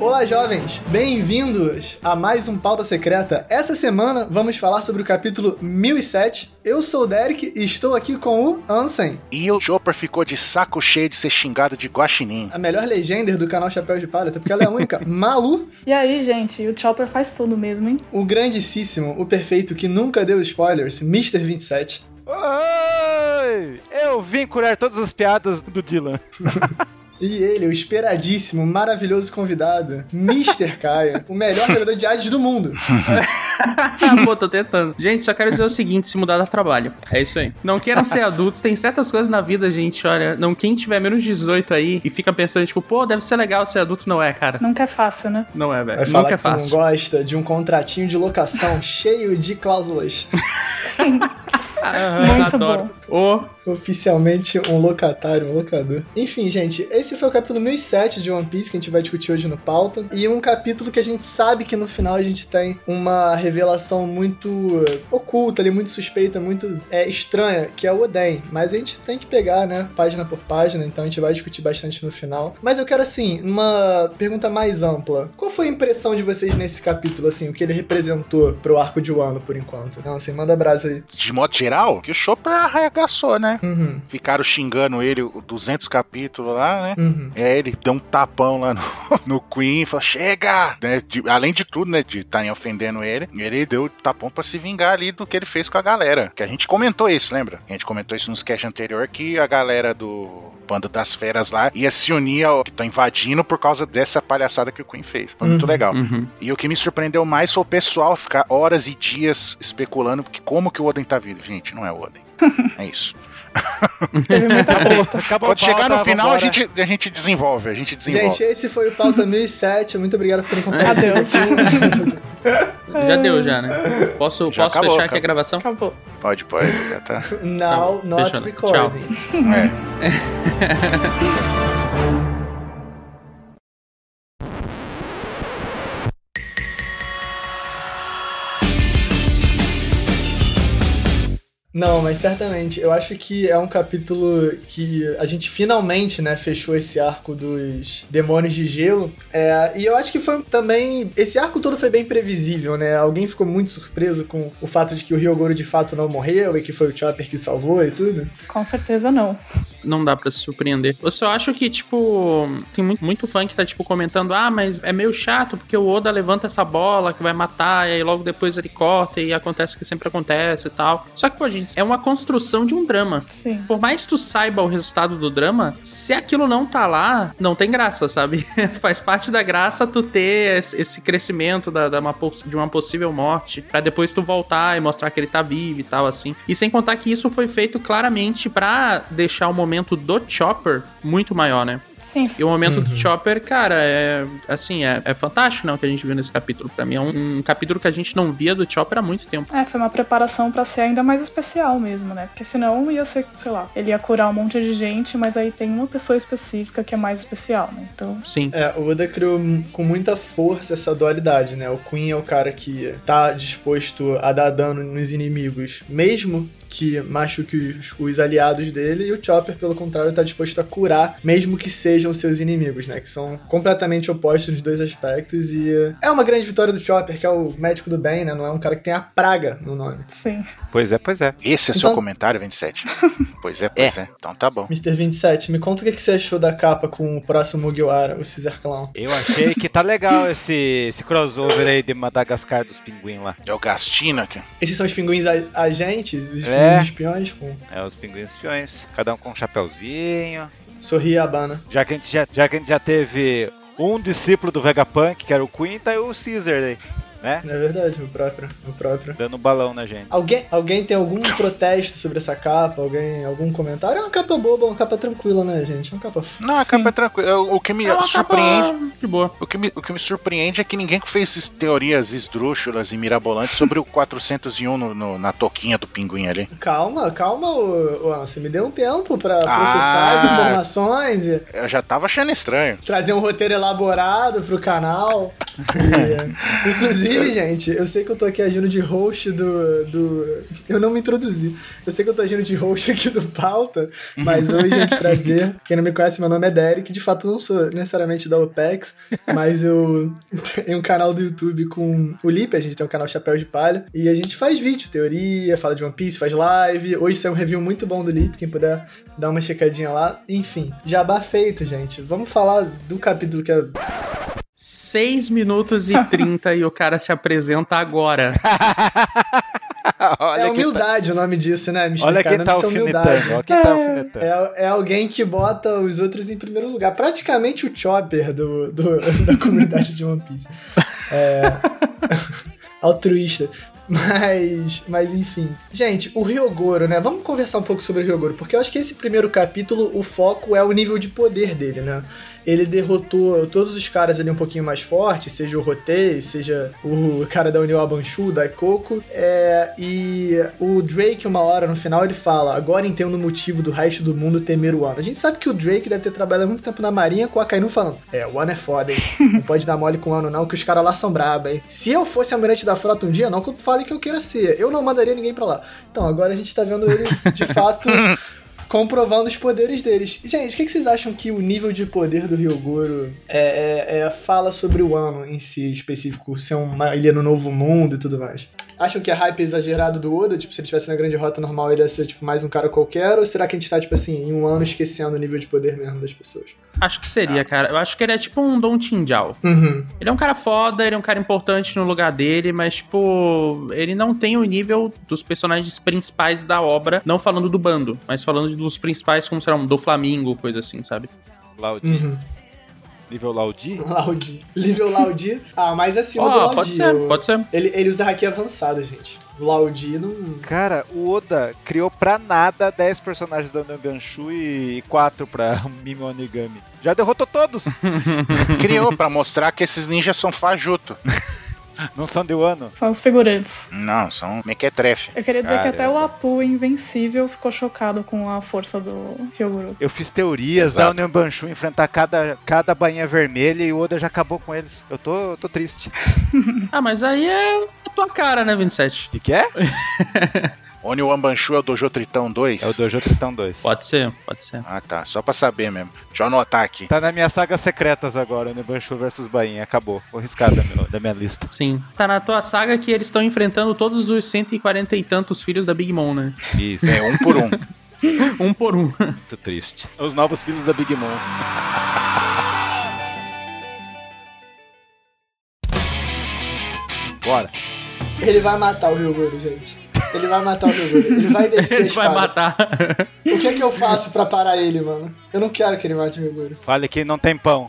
Olá, jovens! Bem-vindos a mais um Pauta Secreta. Essa semana vamos falar sobre o capítulo 1007. Eu sou o Derek e estou aqui com o Ansem, E o Chopper ficou de saco cheio de ser xingado de guaxinim. a melhor legender do canal Chapéu de Palha, até porque ela é a única. Malu, E aí, gente, o Chopper faz tudo mesmo, hein? o grandíssimo, o perfeito que nunca deu spoilers, Mr. 27. Oi! Eu vim curar todas as piadas do Dylan. E ele, o esperadíssimo, maravilhoso convidado, Mr. Caio, o melhor jogador de AIDS do mundo. Ah, pô, tô tentando. Gente, só quero dizer o seguinte: se mudar dá trabalho. É isso aí. Não queiram ser adultos, tem certas coisas na vida, gente. Olha, não quem tiver menos 18 aí e fica pensando, tipo, pô, deve ser legal ser adulto, não é, cara. Nunca é fácil, né? Não é, Vai velho. falar Nunca é que tu não fácil. gosta de um contratinho de locação cheio de cláusulas. Ah, Muito adoro. Ô, Oficialmente um locatário, um locador. Enfim, gente, esse foi o capítulo 1007 de One Piece que a gente vai discutir hoje no pauta. E um capítulo que a gente sabe que no final a gente tem uma revelação muito eh, oculta ali, muito suspeita, muito eh, estranha, que é o Oden. Mas a gente tem que pegar, né, página por página, então a gente vai discutir bastante no final. Mas eu quero, assim, uma pergunta mais ampla. Qual foi a impressão de vocês nesse capítulo, assim, o que ele representou pro arco de Wano, por enquanto? Não, assim, manda brasa aí. De modo geral, que o Chopper arregaçou, né? Uhum, Ficaram xingando ele o 200 capítulos lá, né? uhum. É, ele deu um tapão lá no, no Queen e falou: chega! Né, de- além de tudo, né? De estarem ofendendo ele, ele deu o tapão pra se vingar ali do que ele fez com a galera. Que a gente comentou isso, lembra? A gente comentou isso no sketch anterior que a galera do. Bando das feras lá ia se unir ao que tá invadindo por causa dessa palhaçada que o Queen fez. Foi muito Uhum. legal. uhum. E o que me surpreendeu mais foi o pessoal ficar horas e dias especulando que como que o Oden tá vivo. Gente, não é o Oden. É isso. Tá Teve muita treta. Acabou Quando a pauta, chegar no final, a vambora. gente, a gente desenvolve. A gente desenvolve. Gente, esse foi o Pauta 1007. Muito obrigado por terem comparecido Adeus. aqui. Já deu, já, né? Posso, Já posso acabou, fechar aqui acabou. a gravação? Acabou. é- Pode, pode. Já tá. Now, Tá, not fechando. recording. É. Não, mas certamente. Eu acho que é um capítulo que a gente finalmente, né, fechou esse arco dos demônios de gelo. É, e eu acho que foi também. Esse arco todo foi bem previsível, né? Alguém ficou muito surpreso com o fato de que o Ryogoro de fato não morreu e que foi o Chopper que salvou e tudo. Com certeza não. Não dá pra se surpreender. Eu só acho que, tipo, tem muito, muito fã que tá, tipo, comentando: ah, mas é meio chato porque o Oda levanta essa bola que vai matar, e aí logo depois ele corta e acontece o que sempre acontece e tal. Só que, pô, gente, é uma construção de um drama. Sim. Por mais que tu saiba o resultado do drama, se aquilo não tá lá, não tem graça, sabe? Faz parte da graça tu ter esse esse crescimento da, da uma poss- de uma possível morte, pra depois tu voltar e mostrar que ele tá vivo e tal, assim. E sem contar que isso foi feito claramente pra deixar o momento do Chopper muito maior, né? Sim. E o momento Uhum. do Chopper, cara, é assim, é, é fantástico, né? O que a gente viu nesse capítulo. Pra mim, é um, um capítulo que a gente não via do Chopper há muito tempo. É, foi uma preparação pra ser ainda mais especial mesmo, né? Porque senão ia ser, sei lá, ele ia curar um monte de gente, mas aí tem uma pessoa específica que é mais especial, né? Então, Sim. É, o Oda criou m- com muita força essa dualidade, né? O Queen é o cara que tá disposto a dar dano nos inimigos, mesmo que machuque os, os aliados dele, e o Chopper, pelo contrário, tá disposto a curar, mesmo que sejam seus inimigos, né? Que são completamente opostos nos dois aspectos, e eh, é uma grande vitória do Chopper, que é o médico do bem, né? Não é um cara que tem a praga no nome. sim. Pois é, pois é. Esse é seu Então- comentário, 27. Pois é, pois é. Então tá bom. Mr. 27, me conta o que que você achou da capa com o próximo Mugiwara, o Caesar Clown. Eu achei que tá legal esse, esse crossover aí de Madagascar dos pinguins lá. É o Gastina aqui. Esses são os pinguins a- agentes, os É. pinguins espiões com É, os pinguins espiões. Cada um com um chapéuzinho. sorria a Habana. Já que a gente já, já, que a gente já teve um discípulo do Vegapunk, que era o Queen, tá aí o Caesar aí, né? Não é verdade, o próprio, o próprio. Dando um balão na gente. Alguém, alguém tem algum protesto sobre essa capa? Alguém, algum comentário? É uma capa boba, uma capa tranquila, né, gente? É uma capa f- Não, a Sim. capa é tranquila. Eu- O que me É tá uma surpreende. capa De boa. O que, me, o que me surpreende é que ninguém fez essas teorias esdrúxulas e mirabolantes sobre o 401 no- no- na toquinha do pinguim ali. Calma, calma, ô, ô, Anson. Me dê um tempo pra processar as Ah. informações e Eu já tava achando estranho. trazer um roteiro elaborado pro canal. E, é, Inclusive, gente, eu sei que eu tô aqui agindo de host do, do. Eu não me introduzi. Eu sei que eu tô agindo de host aqui do pauta, mas oi, gente, prazer. Quem não me conhece, meu nome é Derek. De fato, eu não sou necessariamente da OPEX, mas eu tenho um canal do YouTube com o Lipe, a gente tem um canal Chapéu de Palha. E a gente faz vídeo, teoria, fala de One Piece, faz live. Hoje saiu um review muito bom do Lipe, quem puder dar uma checadinha lá. Enfim, jabá feito, gente. Vamos falar do capítulo que é 6 minutos e 30 e o cara se apresenta agora. Olha é quem tá- humildade o nome disso, né, Mr. Olha K? quem O nome tá disso é alfinetando, olha quem tá alfinetando. É, é alguém que bota os outros em primeiro lugar. Praticamente o Chopper do, do- da comunidade de One Piece. É, altruísta. Mas, mas enfim. Gente, o Ryogoro, né? Vamos conversar um pouco sobre o Ryogoro, porque eu acho que esse primeiro capítulo, o foco é o nível de poder dele, né? Ele derrotou todos os caras ali um pouquinho mais fortes, seja o Rotei, seja o cara da União Abanshu, da Coco. É, e o Drake, uma hora no final, ele fala: Agora entendo o motivo do resto do mundo temer o Ano. A gente sabe que o Drake deve ter trabalhado muito tempo na Marinha com a Kainu falando: É, o Ano é foda, hein? Não pode dar mole com o Ano, não, que os caras lá são braba, hein? Se eu fosse almirante da frota um dia, não que eu fale que eu queira ser, eu não mandaria ninguém pra lá. Então, agora a gente tá vendo ele, de fato, comprovando os poderes deles. Gente, o que que vocês acham que o nível de poder do Ryogoro é, é- é- fala sobre o ano em si, em específico, ser uma ilha no novo mundo e tudo mais? Acham que é hype exagerado do Oda? Tipo, se ele estivesse na grande rota normal, ele ia ser tipo, mais um cara qualquer? Ou será que a gente tá, tipo assim, em um ano esquecendo o nível de poder mesmo das pessoas? Acho que seria, cara. Eu acho que ele é tipo um Don Tinjal. Uhum. Ele é um cara foda, ele é um cara importante no lugar dele, mas, tipo, ele não tem o nível dos personagens principais da obra. Não falando do bando, mas falando dos principais, como será um do Flamingo, coisa assim, sabe? Laudi. Uhum. Nível Laudi? Laudi. Nível Laudi. Ah, mais acima do Ó, Laudi. pode ser, O- pode ser. Ele, ele usa haki avançado, gente. Laudi não. Cara, o Oda criou pra nada 10 personagens da Union Bianchu e 4 pra Mimi Onigami. Já derrotou todos! Criou pra mostrar que esses ninjas são fajuto. Não são de um Wano? São os figurantes. Não, são mequetrefe. Eu queria dizer que até o Caramba. Apu invencível ficou chocado com a força do Ryoguru. Eu fiz teorias Exato. da Union Banshu enfrentar cada, cada bainha vermelha e o Oda já acabou com eles. Eu tô, eu tô triste. Ah, mas aí é a tua cara, né, 27? O que, que é? Oni Wambanchu é o Dojo Tritão 2? É o Dojo Tritão 2. Pode ser, pode ser. Ah, tá. Só pra saber mesmo. Deixa eu anotar aqui. Tá na minha saga secretas agora, Union Banshu versus Bainha. Acabou. Vou riscar da, meu- da minha lista. Sim. Tá na tua saga que eles estão enfrentando todos os 140 e tantos filhos da Big Mom, né? Isso, É um por um. Um por um. muito triste. Os novos filhos da Big Mom. Bora. Ele vai matar o Ryogoro, gente. Ele vai matar o Ryogoro. Ele vai descer a Ele vai espada. matar. O que é que eu faço pra parar ele, mano? Eu não quero que ele mate o Ryogoro. Fale que não tem pão.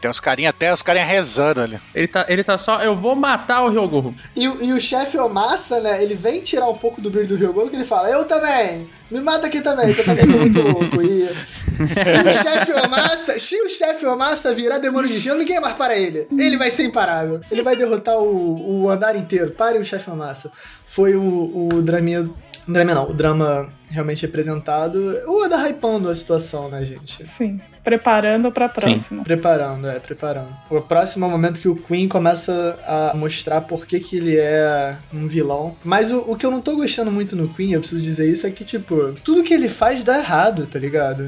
Tem uns carinha até, os carinha rezando ali. Ele tá, ele tá só. Eu vou matar o Ryogoro. E, o- e o chefe Omassa, né? Ele vem tirar um pouco do brilho do Ryogoro que ele fala: Eu também! Me mata aqui também, que eu também tô muito louco. E se o chefe Omassa, se o chefe Omassa virar demônio de gelo, ninguém mais para ele. Ele vai ser imparável. Ele vai derrotar o, o andar inteiro. Pare o chefe Omassa. Foi o, o draminha. Drama não, o drama realmente representado. O Oda hypando a situação, né, gente? Sim. Preparando pra Sim. próxima. Preparando, é, preparando. O próximo é o momento que o Queen começa a mostrar por que, que ele é um vilão. Mas o, o que eu não tô gostando muito no Queen, eu preciso dizer isso, é que, tipo, tudo que ele faz dá errado, tá ligado?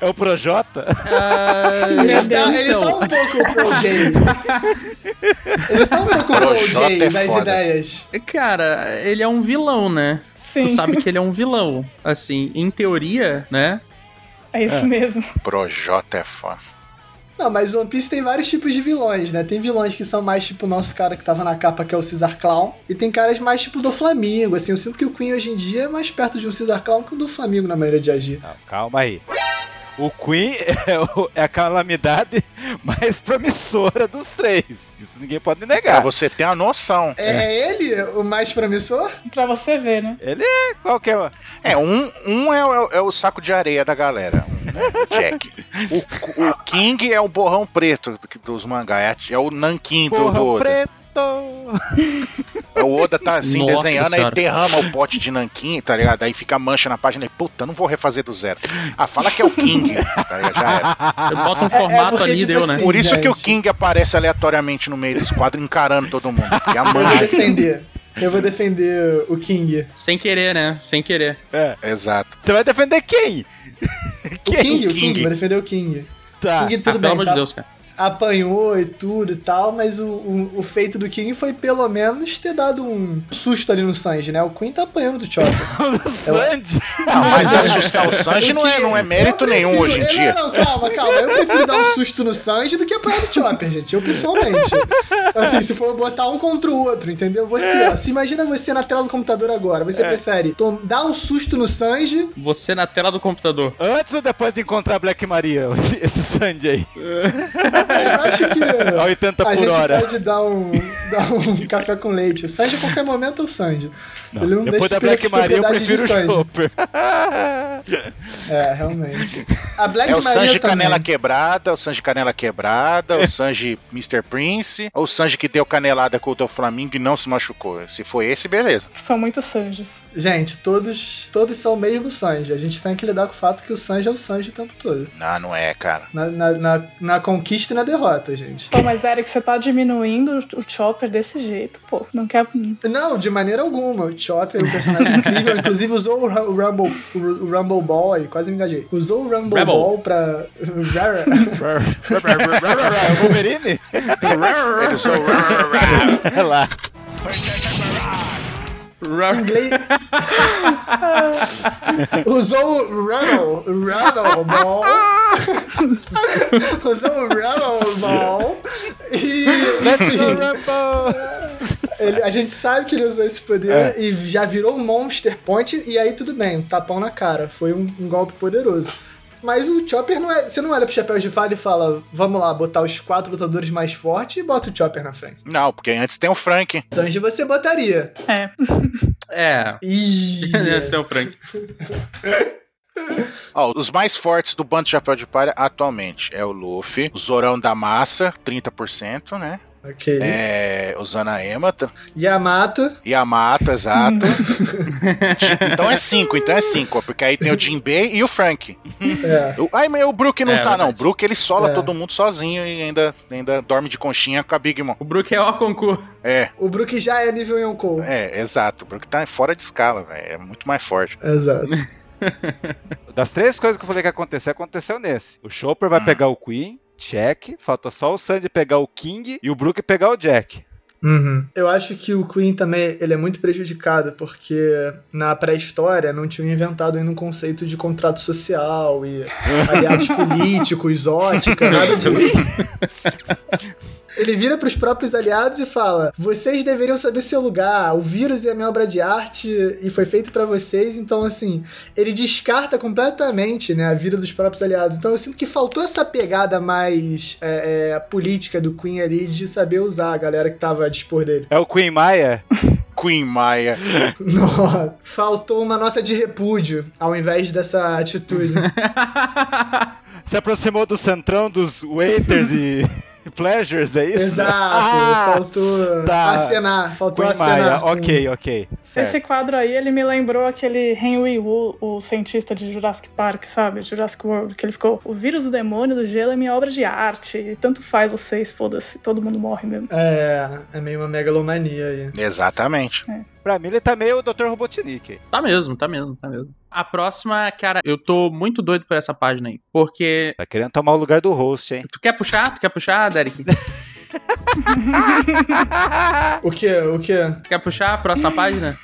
É o Projota? Ah, ele, tá, então, ele tá um pouco pro Jay. ele tá um pouco pro Projota Jay é das foda. ideias. Cara, ele é um vilão, né? Sim. Tu sabe que ele é um vilão. Assim, em teoria, né? É isso mesmo. Projota é foda. Não, mas One Piece tem vários tipos de vilões, né? Tem vilões que são mais tipo o nosso cara que tava na capa, que é o Cesar Clown. E tem caras mais tipo do Flamengo. Assim, eu sinto que o Queen hoje em dia é mais perto de um Cesar Clown que um do Flamengo na maneira de agir. Não, calma aí. O Queen é, o- é a calamidade mais promissora dos três. Isso ninguém pode Pra negar. você ter a noção. É, ele o mais promissor? Pra você ver, né? Ele é qualquer. É, um, um é, o- é o saco de areia da galera. um, né, o Jack. O, o King é o Então borrão preto do- dos mangá. É, a- é o Nankin do, do Porra, Oda. preto! O Oda tá assim, Nossa desenhando, senhora. aí derrama o pote de nanquim, tá ligado? Aí fica a mancha na página, e puta, não vou refazer do zero. Ah, fala que é o King, tá ligado? Já era. Bota um É, é, formato porque, ali e tipo deu, né? assim, Por isso que o gente. King aparece aleatoriamente no meio dos quadros, encarando todo mundo. Porque a é Eu vou mancha. defender. Eu vou defender o King. Sem querer, né? Sem querer. É. Exato. Você vai defender quem? O King, o King? King, vou defender o King. Tá. King, Ah, tudo pelo bem, amor tá- de Deus, cara. apanhou e tudo e tal, mas o, o, o feito do King foi pelo menos ter dado um susto ali no Sanji, né? O Queen tá apanhando do Chopper. O Sandy. Não, mas assustar o Sanji não é, não é mérito Eu prefiro- nenhum hoje em eu- dia. Não, não, calma, calma. Eu prefiro dar um susto no Sanji do que apanhar do Chopper, gente. Eu pessoalmente. Assim, se for botar um contra o outro, entendeu? Você, ó, se imagina você na tela do computador agora. Você prefere tom- dar um susto no Sanji Você na tela do computador. Antes ou depois de encontrar a Black Maria? Esse Sandy aí. Eu acho que. A 80 a por gente hora. pode dar um, dar um café com leite. O Sanji, a qualquer momento, é o Sanji. Ele não deixa depois da de Black Maria, eu prefiro o Chopper. É, realmente. A Black É o Maria Sanji também. canela quebrada, o Sanji canela quebrada, o Sanji Mr. Prince, ou o Sanji que deu canelada contra o Flamengo e não se machucou. Se foi esse, beleza. São muitos Sanjis. Gente, todos, todos são o mesmo Sanji. A gente tem que lidar com o fato que o Sanji é o Sanji o tempo todo. Não, não é, cara. Na, na, na, na conquista e na derrota, gente. Pô, mas Derek, você tá diminuindo o Chopper desse jeito, pô. Não quer. Não, de maneira alguma. O Chopper é um personagem incrível. Inclusive, usou o, Ru- o Rumble, o Ru- o Rumble Ball aí, quase me engajei. Usou o Rumble Rebel. Ball pra. É o Wolverine? Ele usou o É lá. inglês. Usou o Rattle, Rattle Ball. Usou o Rattle Ball. E. Let's go, enfim, Rumble! ele- a gente sabe que ele usou esse poder e já virou um Monster Point. E aí tudo bem, um tapão na cara. Foi um, um golpe poderoso. Mas o Chopper não é. Você não olha pro Chapéu de Falha e fala, vamos lá, botar os quatro lutadores mais fortes e bota o Chopper na frente. Não, porque antes tem o Frank. Sanji você botaria. É. É. Ih. Esse é o Frank. Ó, os mais fortes do bando de chapéu de palha atualmente é o Luffy, o Zorão da Massa, 30%, né? ok. É, o Zanaema, tá- Yamato. Yamato, exato. então é 5, então é 5, porque aí tem o Jinbei e o Frank. É. O, ai, mas o Brook não É, tá, verdade. não. O Brook ele sola É. todo mundo sozinho e ainda, ainda dorme de conchinha com a Big Mom. O Brook é o concurso. É, O Brook já é nível Yonkou. é, exato. O Brook tá fora de escala, velho. É muito mais forte. Exato. Das três coisas que eu falei que ia acontecer, aconteceu nesse. O Chopper vai Hum. pegar o Queen, check. Falta só o Sandy pegar o King e o Brook pegar o Jack. Eu acho que o Queen também ele é muito prejudicado, porque na pré-história não tinham inventado ainda um conceito de contrato social e aliados políticos, ótica, nada disso. Ele vira pros próprios aliados e fala: Vocês deveriam saber seu lugar, o vírus é a minha obra de arte e foi feito pra vocês, então assim, ele descarta completamente né, a vida dos próprios aliados. Então eu sinto que faltou essa pegada mais é, é, política do Queen ali de saber usar a galera que tava a dispor dele. É o Queen Maia? Queen Maia. Nossa, faltou uma nota de repúdio ao invés dessa atitude. Se aproximou do centrão dos waiters e e pleasures, é isso? Exato, Ah, faltou tá. acenar, faltou Queen Maia, acenar. com- ok, ok. Esse É. Certo. quadro aí, ele me lembrou aquele Henry Wu, o cientista de Jurassic Park, sabe? Jurassic World, que ele ficou, o vírus do demônio do gelo é minha obra de arte, e tanto faz vocês, foda-se, todo mundo morre mesmo. É, é meio uma megalomania aí. Exatamente. Pra mim ele tá meio o Dr. Robotnik. Tá mesmo, tá mesmo, tá mesmo. A próxima, cara, eu tô muito doido por essa página aí. Porque. Tá querendo tomar o lugar do host, hein? Tu quer puxar? Tu quer puxar, Derek? O que? O que? Tu quer puxar a próxima página?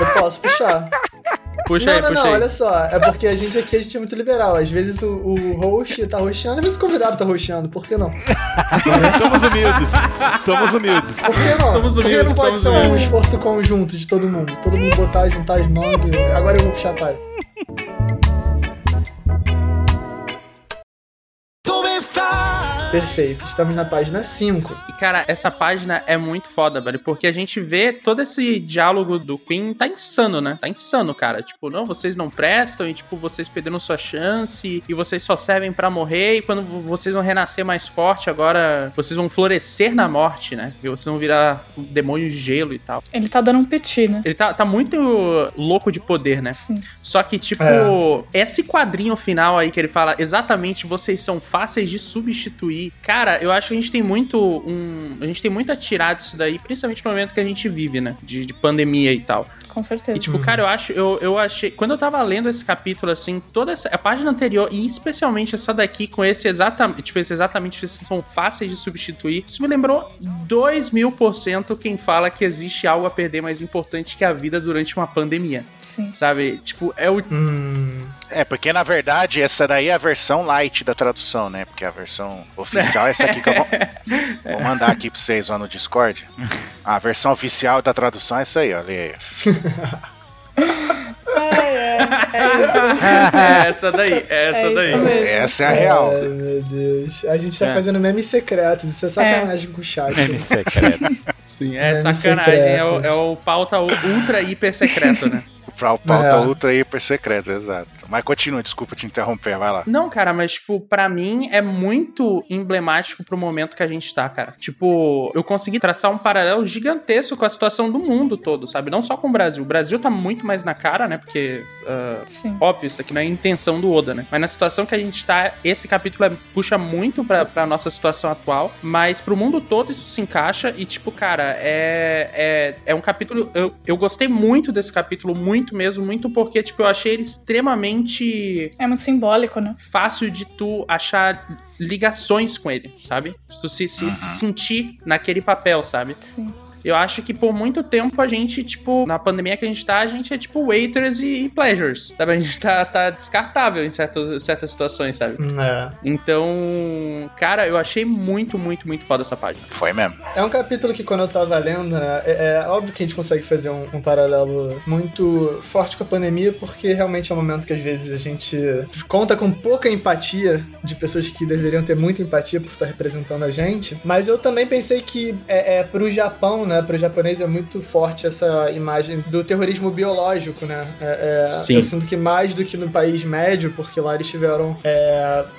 Eu posso puxar. Puxa não, aí, não, puxa não, aí. olha só. É porque a gente aqui a gente é muito liberal. Às vezes o, o host tá roxando, às vezes o convidado tá roxando. Por que não? Por Somos humildes. Somos humildes. que não? Somos Por que humildes, não pode somos ser um humildes. esforço conjunto de todo mundo? Todo mundo botar, juntar as mãos e. Agora eu vou puxar a palha. Perfeito. Estamos na página 5. E, cara, essa página é muito foda, velho, porque a gente vê todo esse diálogo do Queen, tá insano, né? Tá insano, cara. Tipo, não, vocês não prestam e, tipo, vocês perderam sua chance e vocês só servem pra morrer e quando vocês vão renascer mais forte, agora vocês vão florescer na morte, né? E vocês vão virar um demônio de gelo e tal. Ele tá dando um peti, né? Ele tá, tá muito louco de poder, né? Sim. Só que, tipo, esse quadrinho final aí que ele fala exatamente vocês são fáceis de substituir. Cara, eu acho que a gente tem muito um. A gente tem muito a tirar disso daí, principalmente no momento que a gente vive, né? De, de pandemia e tal. Com certeza. E, tipo, cara, eu acho, eu, eu achei. Quando eu tava lendo esse capítulo, assim, toda essa. A página anterior, e especialmente essa daqui, com esse exatamente. Tipo, esse exatamente vocês são fáceis de substituir. Isso me lembrou 2 mil por cento quem fala que existe algo a perder mais importante que a vida durante uma pandemia. Sim. Sabe? Tipo, é o. Hum. É, porque na verdade essa daí é a versão light da tradução, né? Porque a versão oficial é essa aqui que eu vou, vou mandar aqui pra vocês lá no Discord. A versão oficial da tradução é essa aí, ó. Lê aí. Ai, é, é isso. é essa daí, é essa É daí. isso mesmo. Essa é a real. Ai, meu Deus. A gente tá É. fazendo memes secretos. Isso é sacanagem com o chat. Meme secreto. Sim, é Memes sacanagem. É o, secretos. é o pauta ultra hiper secreto, né? Pra o pauta É. ultra hiper secreta, exato. Mas continua, desculpa te interromper, vai lá. Não, cara, mas, tipo, pra mim é muito emblemático pro momento que a gente tá, cara. Tipo, eu consegui traçar um paralelo gigantesco com a situação do mundo todo, sabe? Não só com o Brasil. O Brasil tá muito mais na cara, né? Porque ah, Sim. Óbvio, isso aqui não é a intenção do Oda, né? Mas na situação que a gente tá, esse capítulo é- puxa muito pra, pra nossa situação atual, mas pro mundo todo isso se encaixa e, tipo, cara, é, é, é um capítulo. Eu, eu gostei muito desse capítulo, muito mesmo, muito porque, tipo, eu achei ele extremamente É muito simbólico, né? fácil de tu achar ligações com ele, sabe? Tu se, se, se sentir naquele papel, sabe? Sim. Eu acho que por muito tempo a gente, tipo, na pandemia que a gente tá, a gente é tipo waiters e, e pleasures, sabe? A gente tá, tá descartável em certas, certas situações, sabe? É. Então, cara, eu achei muito, muito, muito foda essa página. Foi mesmo. É um capítulo que quando eu tava lendo, né, é, é óbvio que a gente consegue fazer um, um paralelo muito forte com a pandemia, porque realmente é um momento que às vezes a gente conta com pouca empatia de pessoas que deveriam ter muita empatia por estar representando a gente. Mas eu também pensei que é, é pro Japão, né, pro japonês é muito forte essa imagem do terrorismo biológico, né? É, é, Sim. Eu sinto que mais do que no país médio, porque lá eles tiveram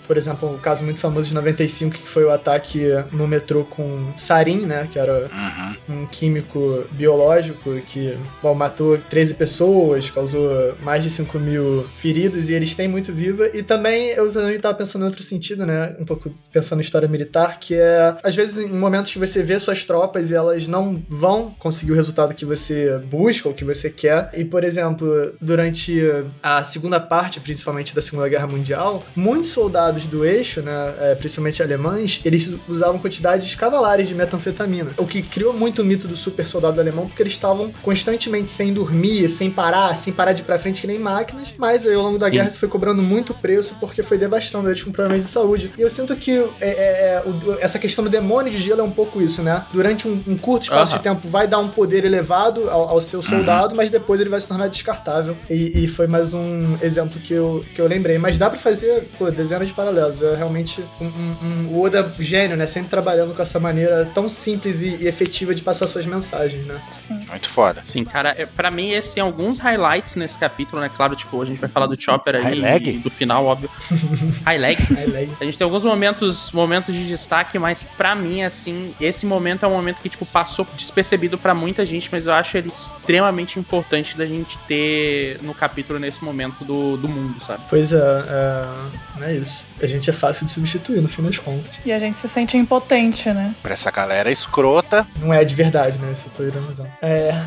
por exemplo, um caso muito famoso de 95, que foi o ataque no metrô com sarin, né? Que era Uhum. um químico biológico que, bom, matou 13 pessoas, causou mais de 5 mil feridos e eles têm muito viva. E também eu também tava pensando em outro sentido, né? Um pouco pensando em história militar, que é, às vezes, em momentos que você vê suas tropas e elas não vão conseguir o resultado que você busca ou que você quer. E, por exemplo, durante a segunda parte, principalmente da Segunda Guerra Mundial, muitos soldados do eixo, né, é, principalmente alemães, eles usavam quantidades cavalares de metanfetamina, o que criou muito o mito do super soldado alemão, porque eles estavam constantemente sem dormir, sem parar, sem parar de ir pra frente que nem máquinas, mas aí ao longo da Sim. guerra isso foi cobrando muito preço porque foi devastando né, eles com problemas de saúde. E eu sinto que é, é, é, o- essa questão do demônio de gelo é um pouco isso, né? Durante um, um curto espaço Aham. de tempo vai dar um poder elevado ao, ao seu soldado, mas depois ele vai se tornar descartável. E, e foi mais um exemplo que eu, que eu lembrei. Mas dá pra fazer pô, dezenas de paralelos. É realmente um, um- um- o Oda gênio, né? Sempre trabalhando com essa maneira tão simples e, e efetiva de passar suas mensagens, né? Sim. Muito foda. Sim, cara, é, pra mim, esse tem alguns highlights nesse capítulo, né? Claro, tipo, a gente vai falar do Chopper aí, Highlag? e do final, óbvio. Highlag. Aí, Leg. A gente tem alguns momentos, momentos de destaque, mas pra mim, assim, esse momento é um momento que, tipo, passou despercebido pra muita gente, mas eu acho ele extremamente importante da gente ter no capítulo nesse momento do, do mundo, sabe? Pois é, é, não é isso. A gente é fácil de substituir, no fim das contas. E a gente se sente impotente, né? Pra essa galera escrota. Não é de verdade, né? Isso eu tô ironizando. É.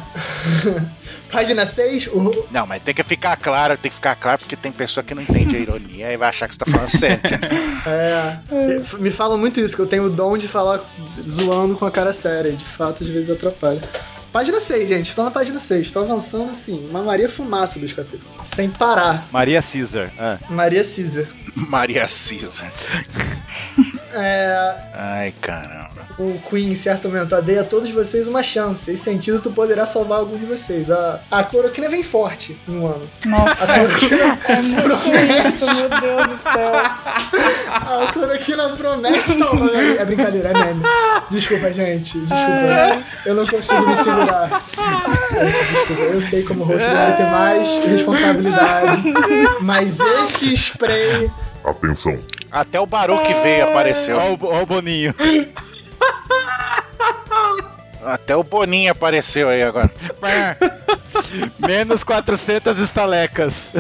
Página 6, o. Não, mas tem que ficar claro, tem que ficar claro, porque tem pessoa que não entende a ironia e vai achar que você tá falando sério, entendeu? É. eu- Me falam muito isso, que eu tenho o dom de falar zoando com a cara séria. e De fato, às vezes atrapalha. Página 6, gente. Estou na página 6. Estou avançando assim. Uma Maria Fumaça dos capítulos. Sem parar. Maria Caesar. Ah. Maria Caesar. Maria Cisa. É. Ai, caramba. o Queen, em certo momento, ah, dei a todos vocês uma chance. Esse sentido, tu poderá salvar algum de vocês. A, a cloroquina vem forte em um ano. A Nossa, cloroquina, é muito isso, meu Deus do céu. a cloroquina promete salvar. É brincadeira, é meme. Desculpa, gente. Desculpa. Eu não consigo me segurar. Gente, desculpa. Eu sei como o host deve ter mais responsabilidade. Mas esse spray Atenção, Até o Baruque veio, apareceu. Ó, o, ó o Boninho. Até o Boninho apareceu aí agora. Menos 400 estalecas.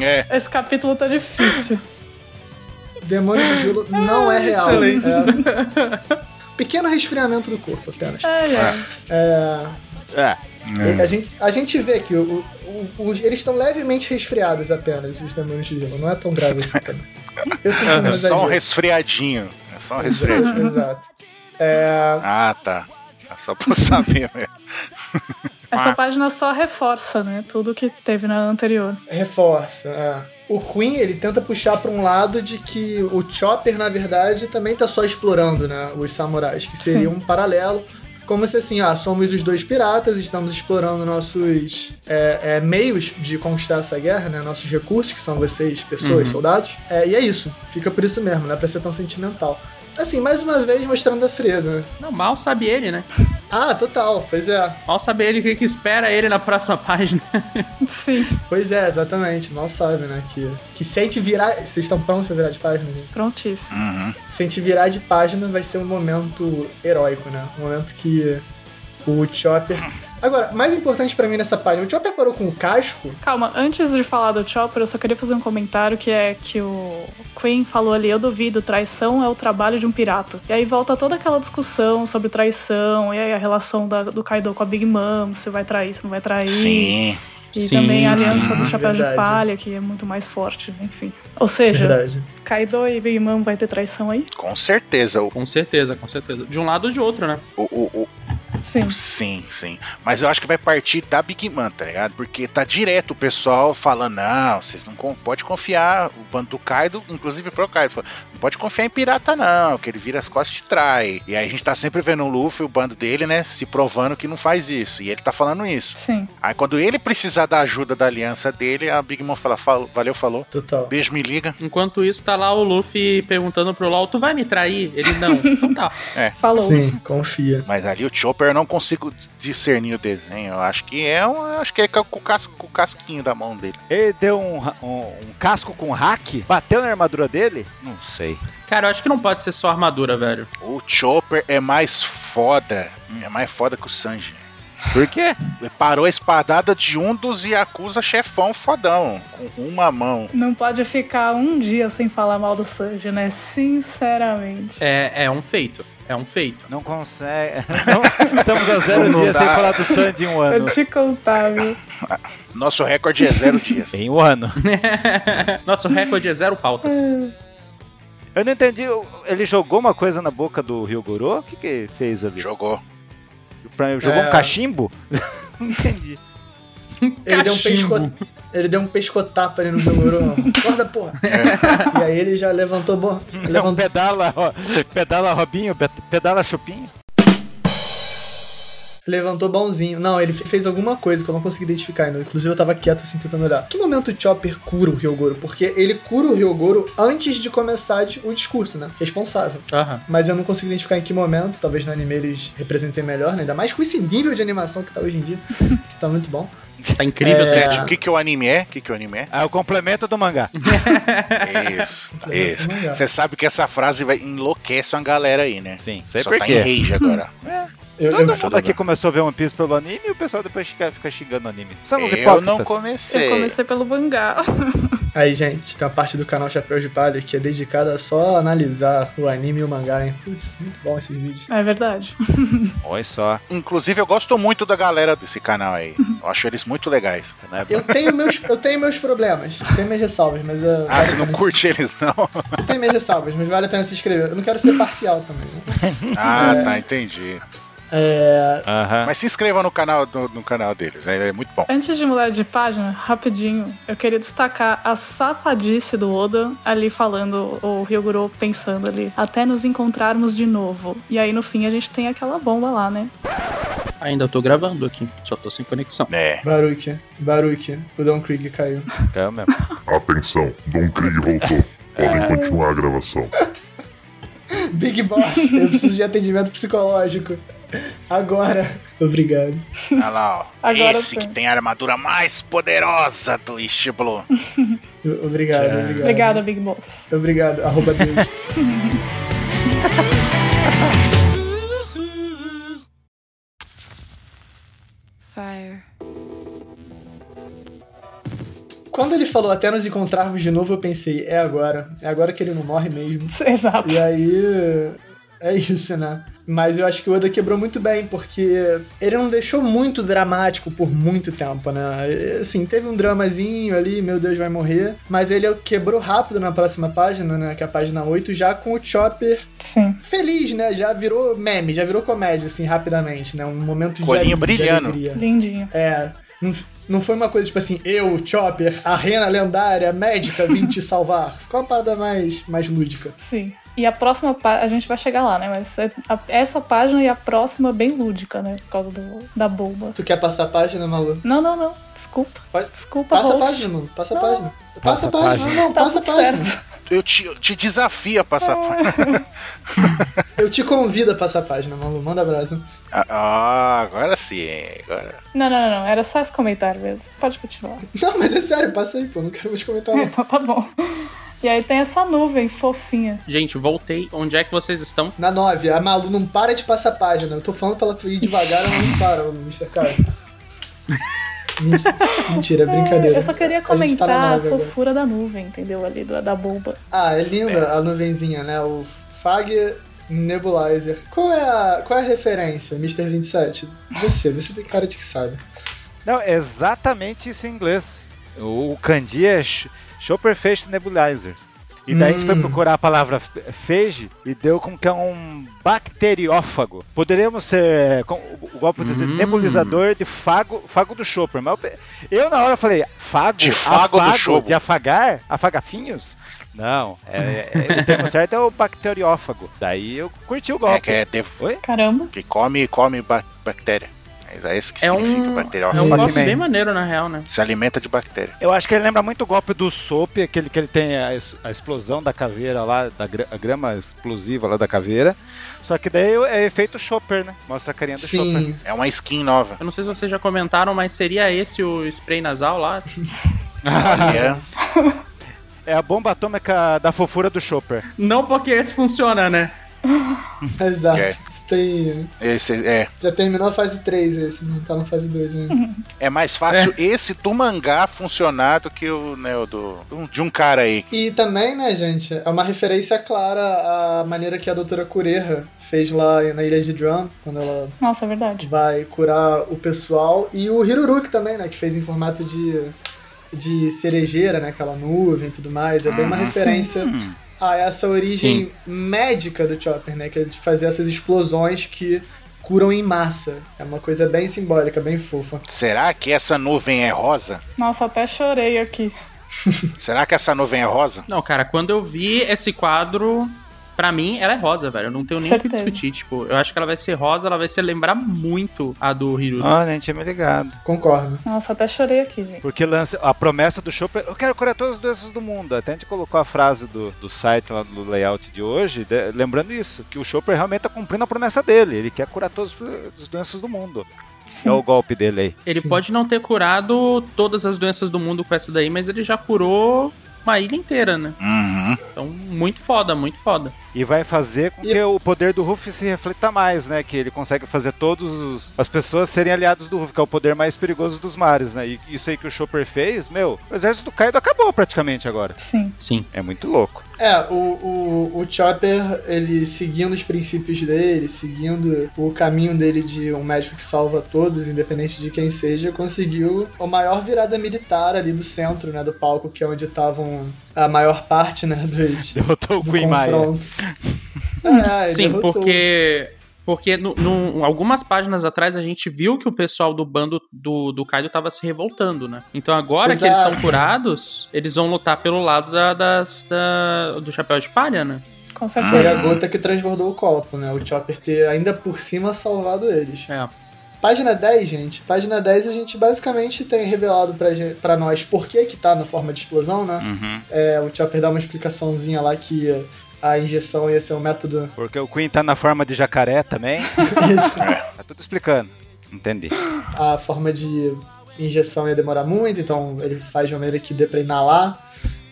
É. Esse capítulo tá difícil. demônio de gelo não é real. excelente. É. Pequeno resfriamento do corpo, apenas. Ai, ai. É, É. A gente, a gente vê que o- o- o- os- eles estão levemente resfriados apenas, os demônios de gelo. Não é tão grave assim também. Eu sinto É menos só um exagero. resfriadinho. É só um resfriadinho. Exato, Exato. É, Ah, tá. É Só pra eu saber, né? Ah. Essa página só reforça, né? Tudo que teve na anterior. reforça. é. O Queen, ele tenta puxar pra um lado de que o Chopper, na verdade, também tá só explorando, né, os samurais, que seria um paralelo. Como se assim, ah, somos os dois piratas, estamos explorando nossos é, é, meios de conquistar essa guerra, né? Nossos recursos, que são vocês, pessoas, soldados. É, e é isso. Fica por isso mesmo, não é pra ser tão sentimental. Assim, mais uma vez mostrando a frieza. né? Não, mal sabe ele, né? Ah, total, pois é. Mal sabe ele o que, que espera ele na próxima página. Sim, Pois é, exatamente. Mal sabe, né? Que, que se a gente virar. Vocês estão prontos pra virar de página, gente? prontíssimo. Hum. Uhum. Se a gente virar de página, vai ser um momento heróico, né? Um momento que o Chopper. Agora, mais importante pra mim nessa página, o Chopper parou com o casco? Calma, antes de falar do Chopper, eu só queria fazer um comentário que é que o Queen falou ali, eu duvido, traição é o trabalho de um pirata. E aí volta toda aquela discussão sobre traição, e aí a relação da- do Kaido com a Big Mom, se vai trair, se não vai trair. Sim. E Sim, também a sim. aliança do Chapéu Verdade. de Palha, que é muito mais forte, enfim. Ou seja, É Verdade. Kaido e Big Mom vai ter traição aí? Com certeza. O, Com certeza, com certeza. De um lado ou de outro, né? o, o, o- Sim. sim, sim. Mas eu acho que vai partir da Big Man, tá ligado? Porque tá direto o pessoal falando: não, vocês não con- pode confiar. O bando do Kaido, inclusive o próprio Kaido, falou, não pode confiar em pirata, não, que ele vira as costas e te trai. E aí a gente tá sempre vendo o Luffy, o bando dele, né, se provando que não faz isso. E ele tá falando isso. Sim. Aí quando ele precisar da ajuda da aliança dele, a Big Mom fala: "Fal- valeu, falou. Total. Beijo, me liga. Enquanto isso, tá lá o Luffy perguntando pro LOL: Tu vai me trair? Ele não. Então tá. Falou. Sim, confia. Mas ali o Chopper eu não consigo discernir o desenho. Eu acho que é um. eu acho que é com o, cas- com o casquinho da mão dele. Ele deu um, ra- um- um casco com hack? Bateu na armadura dele? Não sei. Cara, eu acho que não pode ser só armadura, velho. O Chopper é mais foda. É mais foda que o Sanji. Por quê? Ele parou a espadada de um dos Yakuza chefão fodão. Com uma mão. Não pode ficar um dia sem falar mal do Sanji, né? Sinceramente. É, é um feito. É um feito. Não consegue. Não- estamos a zero Não dias dá. sem falar do Sandy em um Eu ano. te contar, viu? Nosso recorde é zero dias. Em um ano. Nosso recorde é zero pautas. Eu não entendi. eu- Ele jogou uma coisa na boca do Ryogoro? O que que ele fez ali? Jogou. Pra- Jogou É. um cachimbo? não entendi. Ele deu, um Cachimbo. pesco... ele deu um pescotapa ali no Jogoro. Acorda, porra! E aí ele já levantou. Bo... Não, levantou... pedala, ro- pedala Robinho, ped- pedala Chupinho. Levantou bonzinho. Não, ele fe- fez alguma coisa que eu não consegui identificar ainda. Inclusive, eu tava quieto assim, tentando olhar. Que momento o Chopper cura o Ryogoro? Porque ele cura o Ryogoro antes de começar de- o discurso, né? Responsável. Aham. Mas eu não consigo identificar em que momento. Talvez no anime eles representem melhor, né? Ainda mais com esse nível de animação que tá hoje em dia. que tá muito bom. Tá incrível, É. Sérgio. O que, que o anime é? O que, que o anime é? É o complemento do mangá. Isso. Complemento isso. do mangá. Você sabe que essa frase vai enlouquece uma galera aí, né? Sim, sei Só por tá em quê. rage agora. Eu, eu- Todo mundo tudo aqui bem. começou a ver One Piece pelo anime e o pessoal depois fica, fica xingando o anime. Somos Eu não hipócritas. comecei. Eu comecei pelo mangá. Aí, gente, tem uma parte do canal Chapéu de Palha que é dedicada a só analisar o anime e o mangá, hein? Putz, muito bom esses vídeos. É verdade. Olha só. Inclusive, eu gosto muito da galera desse canal aí. Uhum. Eu acho eles muito legais. né? Não é bom. Eu tenho meus, eu tenho meus problemas, tenho minhas ressalvas, mas. uh, Ah, vale você a não pena se- curte eles, não? É. Tem minhas ressalvas, mas vale a pena se inscrever. Eu não quero ser parcial também. né? Ah, tá, entendi. É, Aham. Mas se inscreva no canal, do- no canal deles, é, é muito bom. Antes de mudar de página, rapidinho, eu queria destacar a safadice do Oda ali falando, o Ryoguro pensando ali, até nos encontrarmos de novo. E aí no fim a gente tem aquela bomba lá, né? Ainda tô gravando aqui, só tô sem conexão. É. Baruque, Baruque, o Don Krieg caiu. Caiu mesmo. Atenção, Don Krieg voltou. Podem continuar a gravação. Big Boss, eu preciso de atendimento psicológico. Agora. Obrigado. Olha lá, ó. Agora Esse sim. que tem a armadura mais poderosa do East Blue. O- Obrigado, Tchau. obrigado. Obrigada, Big Boss. Obrigado, arroba Deus. Fire. Quando ele falou até nos encontrarmos de novo, eu pensei, é agora. É agora que ele não morre mesmo. Exato. E aí. É isso, né? Mas eu acho que o Oda quebrou muito bem, porque ele não deixou muito dramático por muito tempo, né? E, Assim, teve um dramazinho ali, meu Deus, vai morrer. Mas ele quebrou rápido na próxima página, né? Que é a página 8, já com o Chopper Sim. feliz, né? Já virou meme, já virou comédia, assim, rapidamente, né? Um momento de Colinho ale- de brilhando. alegria. Lindinho. É. Não, não foi uma coisa tipo assim, eu, Chopper, a rena lendária, médica, vim te salvar. Ficou uma parada mais, mais lúdica. Sim. E a próxima pá- a gente vai chegar lá, né? Mas é- a- essa página e a próxima é bem lúdica, né? Por causa do- da bomba. Tu quer passar a página, Malu? Não, não, não. Desculpa. Pode- Desculpa, Passa a host. página, Malu. Passa a Tá Não. página. Passa a página. Não, não, Tá passa a tudo página. certo. Eu te, eu te desafio a passar. Eu te convido a passar a página, Malu. Manda abraço. Ah, ah, agora sim. Agora. Não, não, não, não. Era só esse comentário mesmo. Pode continuar. Não, mas é sério, passa aí, pô. Não quero mais comentar. não. Então tá bom. E aí tem essa nuvem fofinha. Gente, voltei. Onde é que vocês estão? Na 9, a Malu não para de passar a página. Eu tô falando pra ela ir devagar, ela não para, ô, Mr. Cara. Mentira, é brincadeira. Eu só queria A gente tá comentar na a, nave agora. fofura da nuvem, entendeu? Ali, da, da bomba. Ah, é linda a nuvenzinha, né? O Fag Nebulizer. Qual é a, qual é a referência, Mr. 27? Você, você tem cara de que sabe. Não, é exatamente isso em inglês. O kanji é sh- Chopper Feixe Nebulizer. E daí a gente foi Hum. procurar a palavra fe- feixe e deu com que é um bacteriófago. Poderíamos ser, é, com- o golpe de Hum. nebulizador de fago, fago do Chopper. Mas eu, pe- eu na hora falei, fago? De fago do Chopper. De afagar? Afagafinhos? Não, é- é- o termo certo é o bacteriófago. Daí eu curti o golpe. É que é de- Caramba. que come, come ba- bactéria. É isso que É significa um- bactéria. É um Sim. golpe He-Man. bem maneiro, na real, né? Se alimenta de bactéria. Eu acho que ele lembra muito o golpe do Soap, aquele que ele tem a, es- a explosão da caveira lá, da gra- a grama explosiva lá da caveira. Só que daí é efeito Chopper, né? Mostra a carinha do Chopper. Sim, É uma skin nova. Eu não sei se vocês já comentaram, mas seria esse o spray nasal lá? E é- É a bomba atômica da fofura do Chopper. Não porque esse funciona, né? exato. É. Você tem, esse- é, já terminou a fase 3 esse, não tá na fase 2 ainda. é mais fácil esse do mangá funcionar do que o, né, o do, de um cara aí. E também, né, gente, é uma referência clara à maneira que a doutora Cureja fez lá na ilha de Drum, quando ela Nossa, é verdade. vai curar o pessoal. E o Hiruruki também, né? Que fez em formato de, de cerejeira, né? Aquela nuvem e tudo mais. É bem uma referência a essa origem médica do Chopper, né? Que é de fazer essas explosões que curam em massa. É uma coisa bem simbólica, bem fofa. Será que essa nuvem é rosa? Nossa, até chorei aqui. Será que essa nuvem é rosa? Não, cara, quando eu vi esse quadro, pra mim, ela é rosa, velho. Eu não tenho nem o que Certeza. discutir. Tipo, eu acho que ela vai ser rosa, ela vai se lembrar muito a do Hiru. Ah, nem tinha me ligado. Concordo. Nossa, até chorei aqui, gente. Porque lança a promessa do Chopper. Eu quero curar todas as doenças do mundo. Até a gente colocou a frase do, do site lá no layout de hoje, de- lembrando isso, que o Chopper realmente tá cumprindo a promessa dele. Ele quer curar todas as doenças do mundo. Sim. É o golpe dele aí. Ele Sim. pode não ter curado todas as doenças do mundo com essa daí, mas ele já curou uma ilha inteira, né? Uhum. Então, muito foda, muito foda. E vai fazer com E- que o poder do Ruff se reflita mais, né? Que ele consegue fazer todas as pessoas serem aliados do Ruff, que é o poder mais perigoso dos mares, né? E isso aí que o Chopper fez, meu, o exército do Kaido acabou praticamente agora. Sim. Sim. É muito louco. É, o, o, o Chopper, ele seguindo os princípios dele, seguindo o caminho dele de um médico que salva todos, independente de quem seja, conseguiu a maior virada militar ali do centro, né, do palco, que é onde estavam a maior parte, né, dos, Derrotou o do Queen Maia. confronto. É, ele Sim, derrotou. porque Porque no, no- algumas páginas atrás a gente viu que o pessoal do bando do, do Kaido tava se revoltando, né? Então agora que eles Exato. estão curados, eles vão lutar pelo lado da, das, da- do chapéu de palha, né? Com Foi certeza. a gota que transbordou o copo, né? O Chopper ter ainda por cima salvado eles. É. Página 10, gente. Página 10 a gente basicamente tem revelado pra, gen- pra nós por que que tá na forma de explosão, né? Uhum. É, o Chopper dá uma explicaçãozinha lá que a injeção ia ser um método... Porque o Queen tá na forma de jacaré também. Isso. Tá tudo explicando. Entendi. a forma de injeção ia demorar muito, então ele faz de uma maneira que dê pra inalar.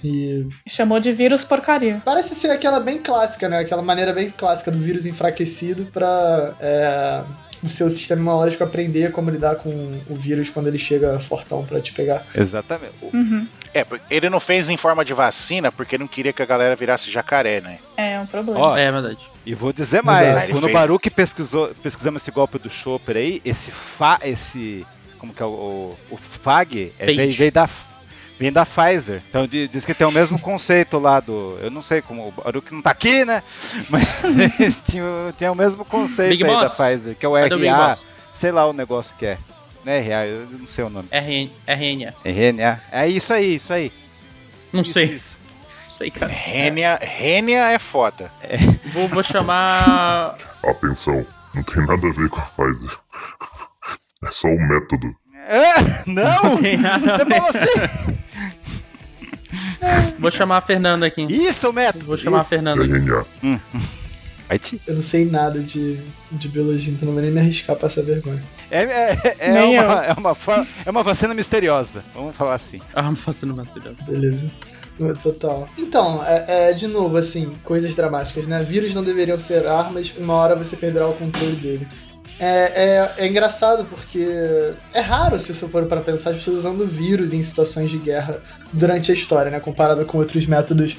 E Chamou de vírus porcaria. parece ser aquela bem clássica, né? Aquela maneira bem clássica do vírus enfraquecido pra é, o seu sistema imunológico aprender como lidar com o vírus quando ele chega fortão pra te pegar. Exatamente. O- Uhum. É, porque ele não fez em forma de vacina porque não queria que a galera virasse jacaré, né? É um problema. Ó, É verdade. e vou dizer mais. Exato. Quando Ele o fez. Baruque pesquisou, pesquisamos esse golpe do Chopper aí, esse fa, esse como que é o o, o Fag, é, Fate. veio, veio da vem da Pfizer. Então di- diz que tem o mesmo conceito lá do, eu não sei como o Baruque não tá aqui, né? Mas tinha, o- tinha o mesmo conceito Big aí Boss. da Pfizer, que é o Cadê o Big RA, Boss? sei lá o negócio que é. Não é RA, eu não sei o nome. RN, RNA. RNA. É isso aí, isso aí. Não Isso, sei. isso. Não sei, cara. Rênia, Rênia é foda. Vou, vou chamar. Atenção, não tem nada a ver com a Pfizer. É só o método. Ah, não! Não tem nada a Você ver. falou assim? Vou chamar a Fernanda aqui. então. Isso, método! Vou chamar a isso. Fernanda. RNA. Haiti. Eu não sei nada de, de biologia, então não vou nem me arriscar pra essa vergonha. É, é, é, Nem eu. uma, é, uma, fa- é uma vacina misteriosa, vamos falar assim. Ah, me fazendo masturbação. Beleza. No Total. Então, é, é, de novo, assim, coisas dramáticas, né? Vírus não deveriam ser armas, uma hora você perderá o controle dele. É, é, é engraçado porque é raro, se você for para pensar, as pessoas usando vírus em situações de guerra durante a história, né? Comparado com outros métodos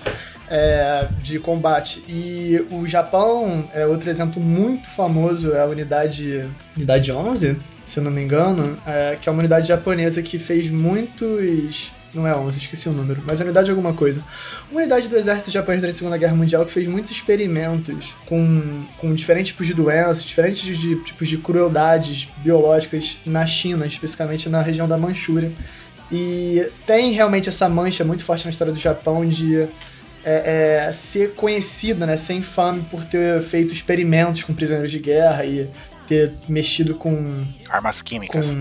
é, de combate. E o Japão é outro exemplo muito famoso, é a unidade, unidade 11, se eu não me engano, é, que é uma unidade japonesa que fez muitos... Não é 11, esqueci o número, mas é unidade alguma coisa. Uma unidade do exército japonês durante a Segunda Guerra Mundial que fez muitos experimentos com, com diferentes tipos de doenças, diferentes de- tipos de crueldades biológicas na China, especificamente na região da Manchúria. E tem realmente essa mancha muito forte na história do Japão de é, é, ser conhecido, né, ser infame por ter feito experimentos com prisioneiros de guerra e ter mexido com, Armas com químicas.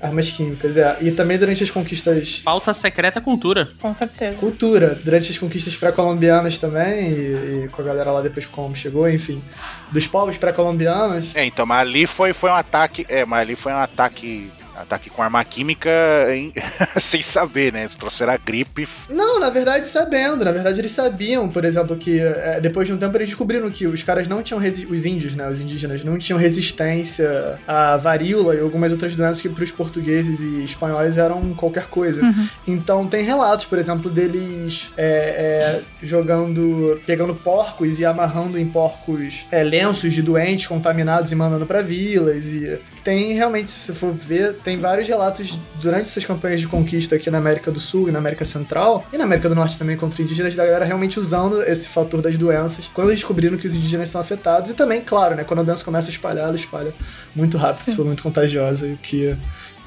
armas químicas. É. E também durante as conquistas Pauta secreta cultura. Com certeza. cultura durante as conquistas pré-colombianas também, e, e com a galera lá depois como chegou, enfim, dos povos pré-colombianos. É, então, mas ali foi, foi um ataque. É, mas ali foi um ataque. Ataque com arma química em- sem saber, né? Eles trouxeram a gripe. Não, na verdade, sabendo. Na verdade, eles sabiam, por exemplo, que é, depois de um tempo eles descobriram que os caras não tinham. resi- Os índios, né? Os indígenas não tinham resistência à varíola e algumas outras doenças que pros portugueses e espanhóis eram qualquer coisa. Uhum. Então, tem relatos, por exemplo, deles é, é, jogando. pegando porcos e amarrando em porcos é, lenços de doentes contaminados e mandando pra vilas. E tem realmente, se você for ver, tem vários relatos durante essas campanhas de conquista aqui na América do Sul e na América Central, e na América do Norte também contra indígenas, da galera realmente usando esse fator das doenças, quando eles descobriram que os indígenas são afetados, e também, claro, né, quando a doença começa a espalhar, ela espalha muito rápido, se for muito contagiosa, o que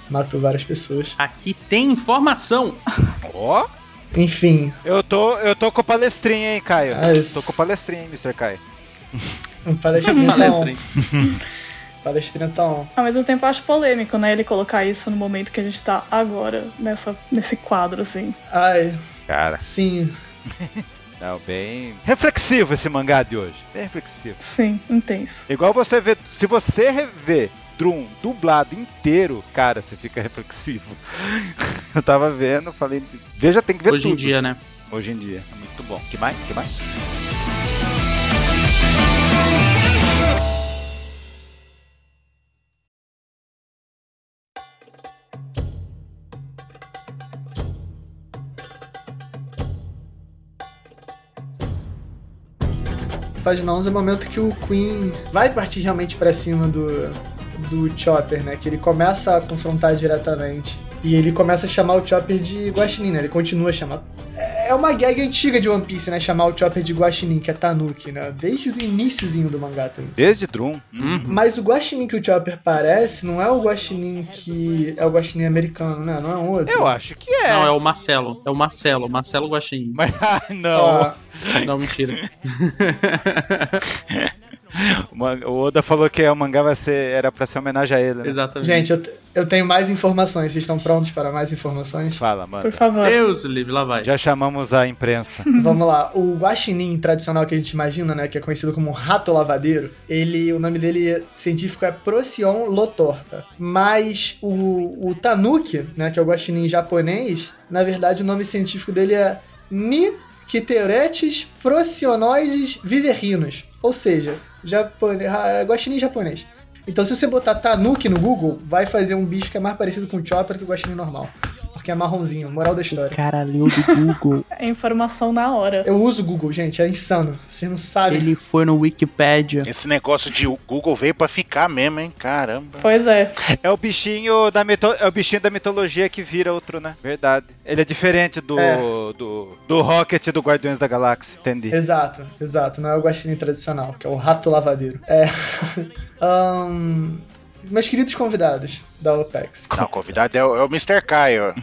matou várias pessoas. Aqui tem informação. Ó, Enfim, eu tô, eu tô com palestrinha, hein, Caio? Ah, isso. Tô com palestrinha, hein, Mr. Caio? um palestrinho tá Palestra, on. hein? Palestrinho tá on. Ao mesmo tempo, eu acho polêmico, né? Ele colocar isso no momento que a gente tá agora, nessa, nesse quadro, assim. Ai, Cara, sim, não, bem. Reflexivo esse mangá de hoje. Bem reflexivo. Sim, intenso. Igual você vê. Se você rever Drum dublado inteiro, cara, você fica reflexivo. Eu tava vendo, falei. Veja, tem que ver Hoje em tudo. dia, né? Hoje em dia. Muito bom. Que mais? Que mais? página 11 é o momento que o Queen vai partir realmente pra cima do, do Chopper, né? Que ele começa a confrontar diretamente. E ele começa a chamar o Chopper de Guaxinim, né? Ele continua a chamar. É é uma gag antiga de One Piece, né? Chamar o Chopper de Guaxinim, que é Tanuki, né? Desde o iníciozinho do mangá tem isso. Desde Drum. Uhum. Mas o Guaxinim que o Chopper parece não é o Guaxinim que é o Guaxinim americano, né? Não é um outro. Eu acho que é. Não, é o Marcelo. É o Marcelo, Marcelo Guaxinim. Mas, ah, não. Ó, Não, mentira. O man- O Oda falou que o mangá vai ser, era pra ser homenagem a ele. Né? Exatamente. gente, eu, te- eu tenho mais informações. Vocês estão prontos para mais informações? Fala, mano. Por favor. Deus livre, lá vai. Já chamamos a imprensa. Vamos lá. O guaxinim tradicional que a gente imagina, né, que é conhecido como rato lavadeiro, ele, o nome dele científico é Procyon lotorta. Mas o, o tanuki, né, que é o guaxinim japonês, na verdade o nome científico dele é Nikiteretes procionoides viverrinos, ou seja, japone, ra- guaxinim japonês. Então se você botar tanuki no Google, vai fazer um bicho que é mais parecido com o chopper que o guaxinim normal, porque é marronzinho, moral da história. Caralho do Google. É informação na hora. Eu uso o Google, gente, é insano. Vocês não sabem. Ele foi no Wikipedia. Esse negócio de Google veio pra ficar mesmo, hein? Caramba. Pois é. É o bichinho da mito... é o bichinho da mitologia que vira outro, né? Verdade. Ele é diferente do É. do, do Rocket e do Guardiões da Galáxia, entendi. Exato, exato. Não é o guaxinim tradicional, que é o rato lavadeiro. É. Ahn, meus queridos convidados da OPEX. Não, o convidado é o, é o Mr. Caio.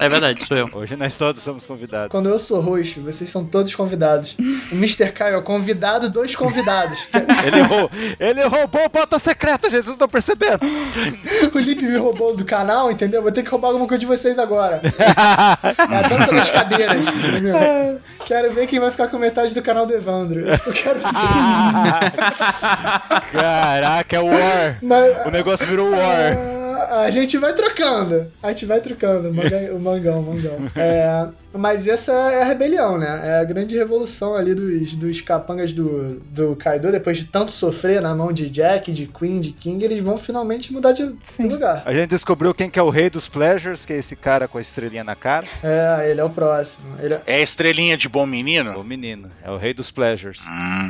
É verdade, sou eu. Hoje nós todos somos convidados. Quando eu sou roxo, vocês são todos convidados. O Mr. Caio é o convidado dos convidados. Que é- Ele errou, ele roubou o pauta secreta, Jesus não percebendo. o Lipe me roubou do canal, entendeu? Vou ter que roubar alguma coisa de vocês agora. É a dança das cadeiras, entendeu? Quero ver quem vai ficar com metade do canal do Evandro. Isso que eu quero ver. Caraca, é War. Mas, O negócio virou War. Ah, A gente vai trocando. A gente vai trocando. O manga- o mangão, o mangão. É, mas essa é a rebelião, né? É a grande revolução ali dos, dos capangas do, do Kaido. Depois de tanto sofrer na mão de Jack, de Queen, de King, eles vão finalmente mudar de Sim. lugar. A gente descobriu quem que é o rei dos pleasures, que é esse cara com a estrelinha na cara. É, ele é o próximo. Ele é- É a estrelinha de bom O menino? menino, é o rei dos pleasures.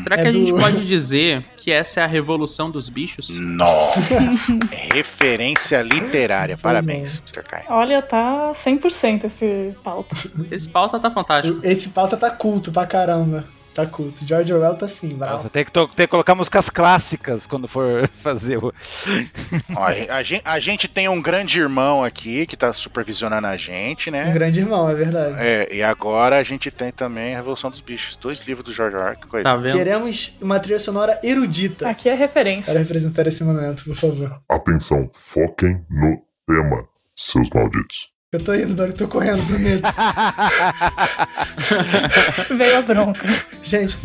Será que É a gente do- pode dizer que essa é a revolução dos bichos? Hum. Nossa. É Referência literária. Parabéns, Mr. Caio. Olha, tá 100% esse pauta. Esse pauta tá fantástico. Esse pauta tá culto pra caramba. Tá culto. George Orwell tá assim, bravo. Nossa, tem que, to- tem que colocar músicas clássicas quando for fazer o. Ó, a, gen- a gente tem um grande irmão aqui que tá supervisionando a gente, Um né? grande irmão, é verdade. É, e agora a gente tem também a Revolução dos Bichos. Dois livros do George Orwell, que coisa. Tá vendo? Queremos uma trilha sonora erudita Aqui é para referência. representar esse momento, por favor. Atenção, foquem no tema, seus malditos. Eu tô indo, Dori, tô correndo, prometo. Veio a bronca. Gente,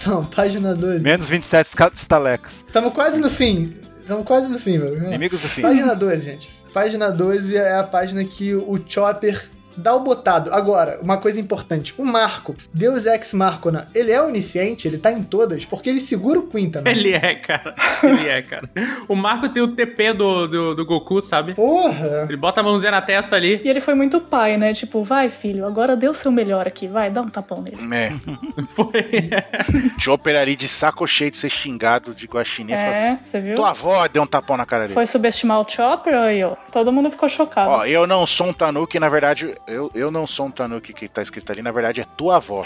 então, página 12. Menos 27 esca- estalecas. Tamo quase no fim. Tamo quase no fim, velho. Inimigos do fim. Página 12, gente. Página 12 é a página que o Chopper dá o botado. Agora, uma coisa importante. O Marco, Deus Ex Marcona, ele é onisciente, ele tá em todas, porque ele segura o Queen também. Ele é, cara. Ele é, cara. O Marco tem o TP do, do, do Goku, sabe? Porra! Ele bota a mãozinha na testa ali. E ele foi muito pai, né? Tipo, vai, filho, agora dê o seu melhor aqui, vai, dá um tapão nele. É, Foi. Chopper ali de saco cheio de ser xingado de guaxinim. falou, É, você viu? Tua avó deu um tapão na cara dele. Foi subestimar o Chopper aí, ó. Todo mundo ficou chocado. Ó, eu não sou um Tanuki, na verdade, eu, eu não sou um Tanuki que tá escrito ali, na verdade é tua avó.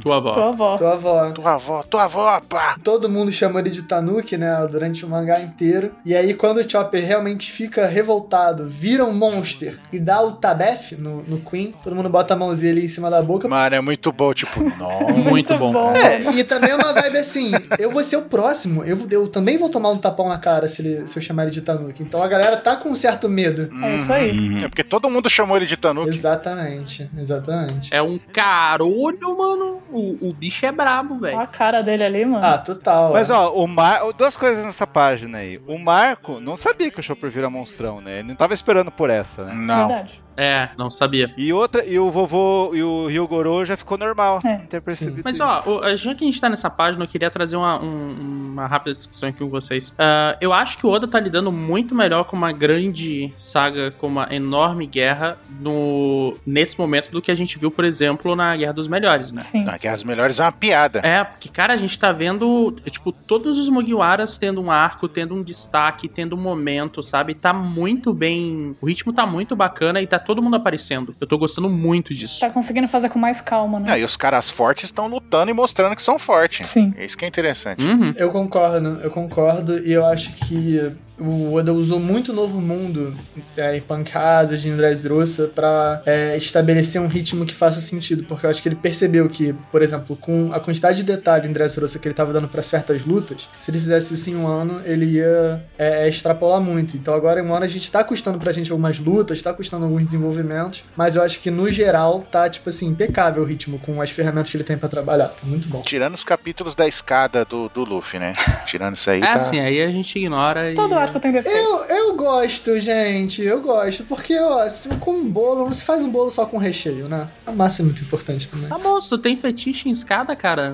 Tua Tua avó. avó. Tua avó. Tua avó, tua avó, pá! Todo mundo chamou ele de Tanuki, né? Durante o mangá inteiro. E aí, quando o Chopper realmente fica revoltado, vira um monster e dá o Tabef no, no Queen, todo mundo bota a mãozinha ali em cima da boca. Mano, é muito bom, tipo, nossa. Muito bom. E também é uma vibe assim, eu vou ser o próximo, eu, eu também vou tomar um tapão na cara se, ele- se eu chamar ele de Tanuki. Então a galera tá com um certo medo. É isso Uhum. Hum. aí. É porque todo mundo chamou ele de Tanuki. Exatamente, exatamente. É um carolho, mano. O, o bicho é brabo, Olha a velho. cara dele ali, mano. Ah, total. Mas é. ó, o Mar... ó, duas coisas nessa página aí. O Marco não sabia que o Chopper vira monstrão, né? Ele não tava esperando por essa, né? Não. Verdade. É, não sabia. E outra, e o vovô e o Ryogoro já ficou normal. É. Não ter percebido. Mas isso. ó, o- já que a gente tá nessa página, eu queria trazer uma, um- uma rápida discussão aqui com vocês. Ah, eu acho que o Oda tá lidando muito melhor com uma grande saga, com uma enorme guerra no, nesse momento do que a gente viu, por exemplo, na Guerra dos Melhores, né? Sim. Não, Guerras Melhores é uma piada. É, porque, cara, a gente tá vendo, tipo, todos os Mugiwaras tendo um arco, tendo um destaque, tendo um momento, sabe? Tá muito bem. O ritmo tá muito bacana e tá todo mundo aparecendo. Eu tô gostando muito disso. Tá conseguindo fazer com mais calma, né? Não, e os caras fortes estão lutando e mostrando que são fortes. Sim. É isso que é interessante. Uhum. Eu concordo, eu concordo, e eu acho que o Oda usou muito Novo Mundo é, em Pancasas, de Dressrosa, pra é, estabelecer um ritmo que faça sentido, porque eu acho que ele percebeu que, por exemplo, com a quantidade de detalhe em Dressrosa que ele tava dando pra certas lutas, se ele fizesse isso em um ano, ele ia é, extrapolar muito. Então agora em um ano a gente tá custando pra gente algumas lutas, tá custando alguns desenvolvimentos, mas eu acho que no geral tá, tipo assim, impecável o ritmo com as ferramentas que ele tem pra trabalhar. Tá muito bom. Tirando os capítulos da escada do, do Luffy, né? Tirando isso aí. É tá... assim, aí a gente ignora É, e. Todo arco tem defeito. Eu, eu gosto, gente, eu gosto, porque ó, se- com um bolo, não se faz um bolo só com recheio, né? A massa é muito importante também. Tá bom, se tu tem fetiche em escada, cara.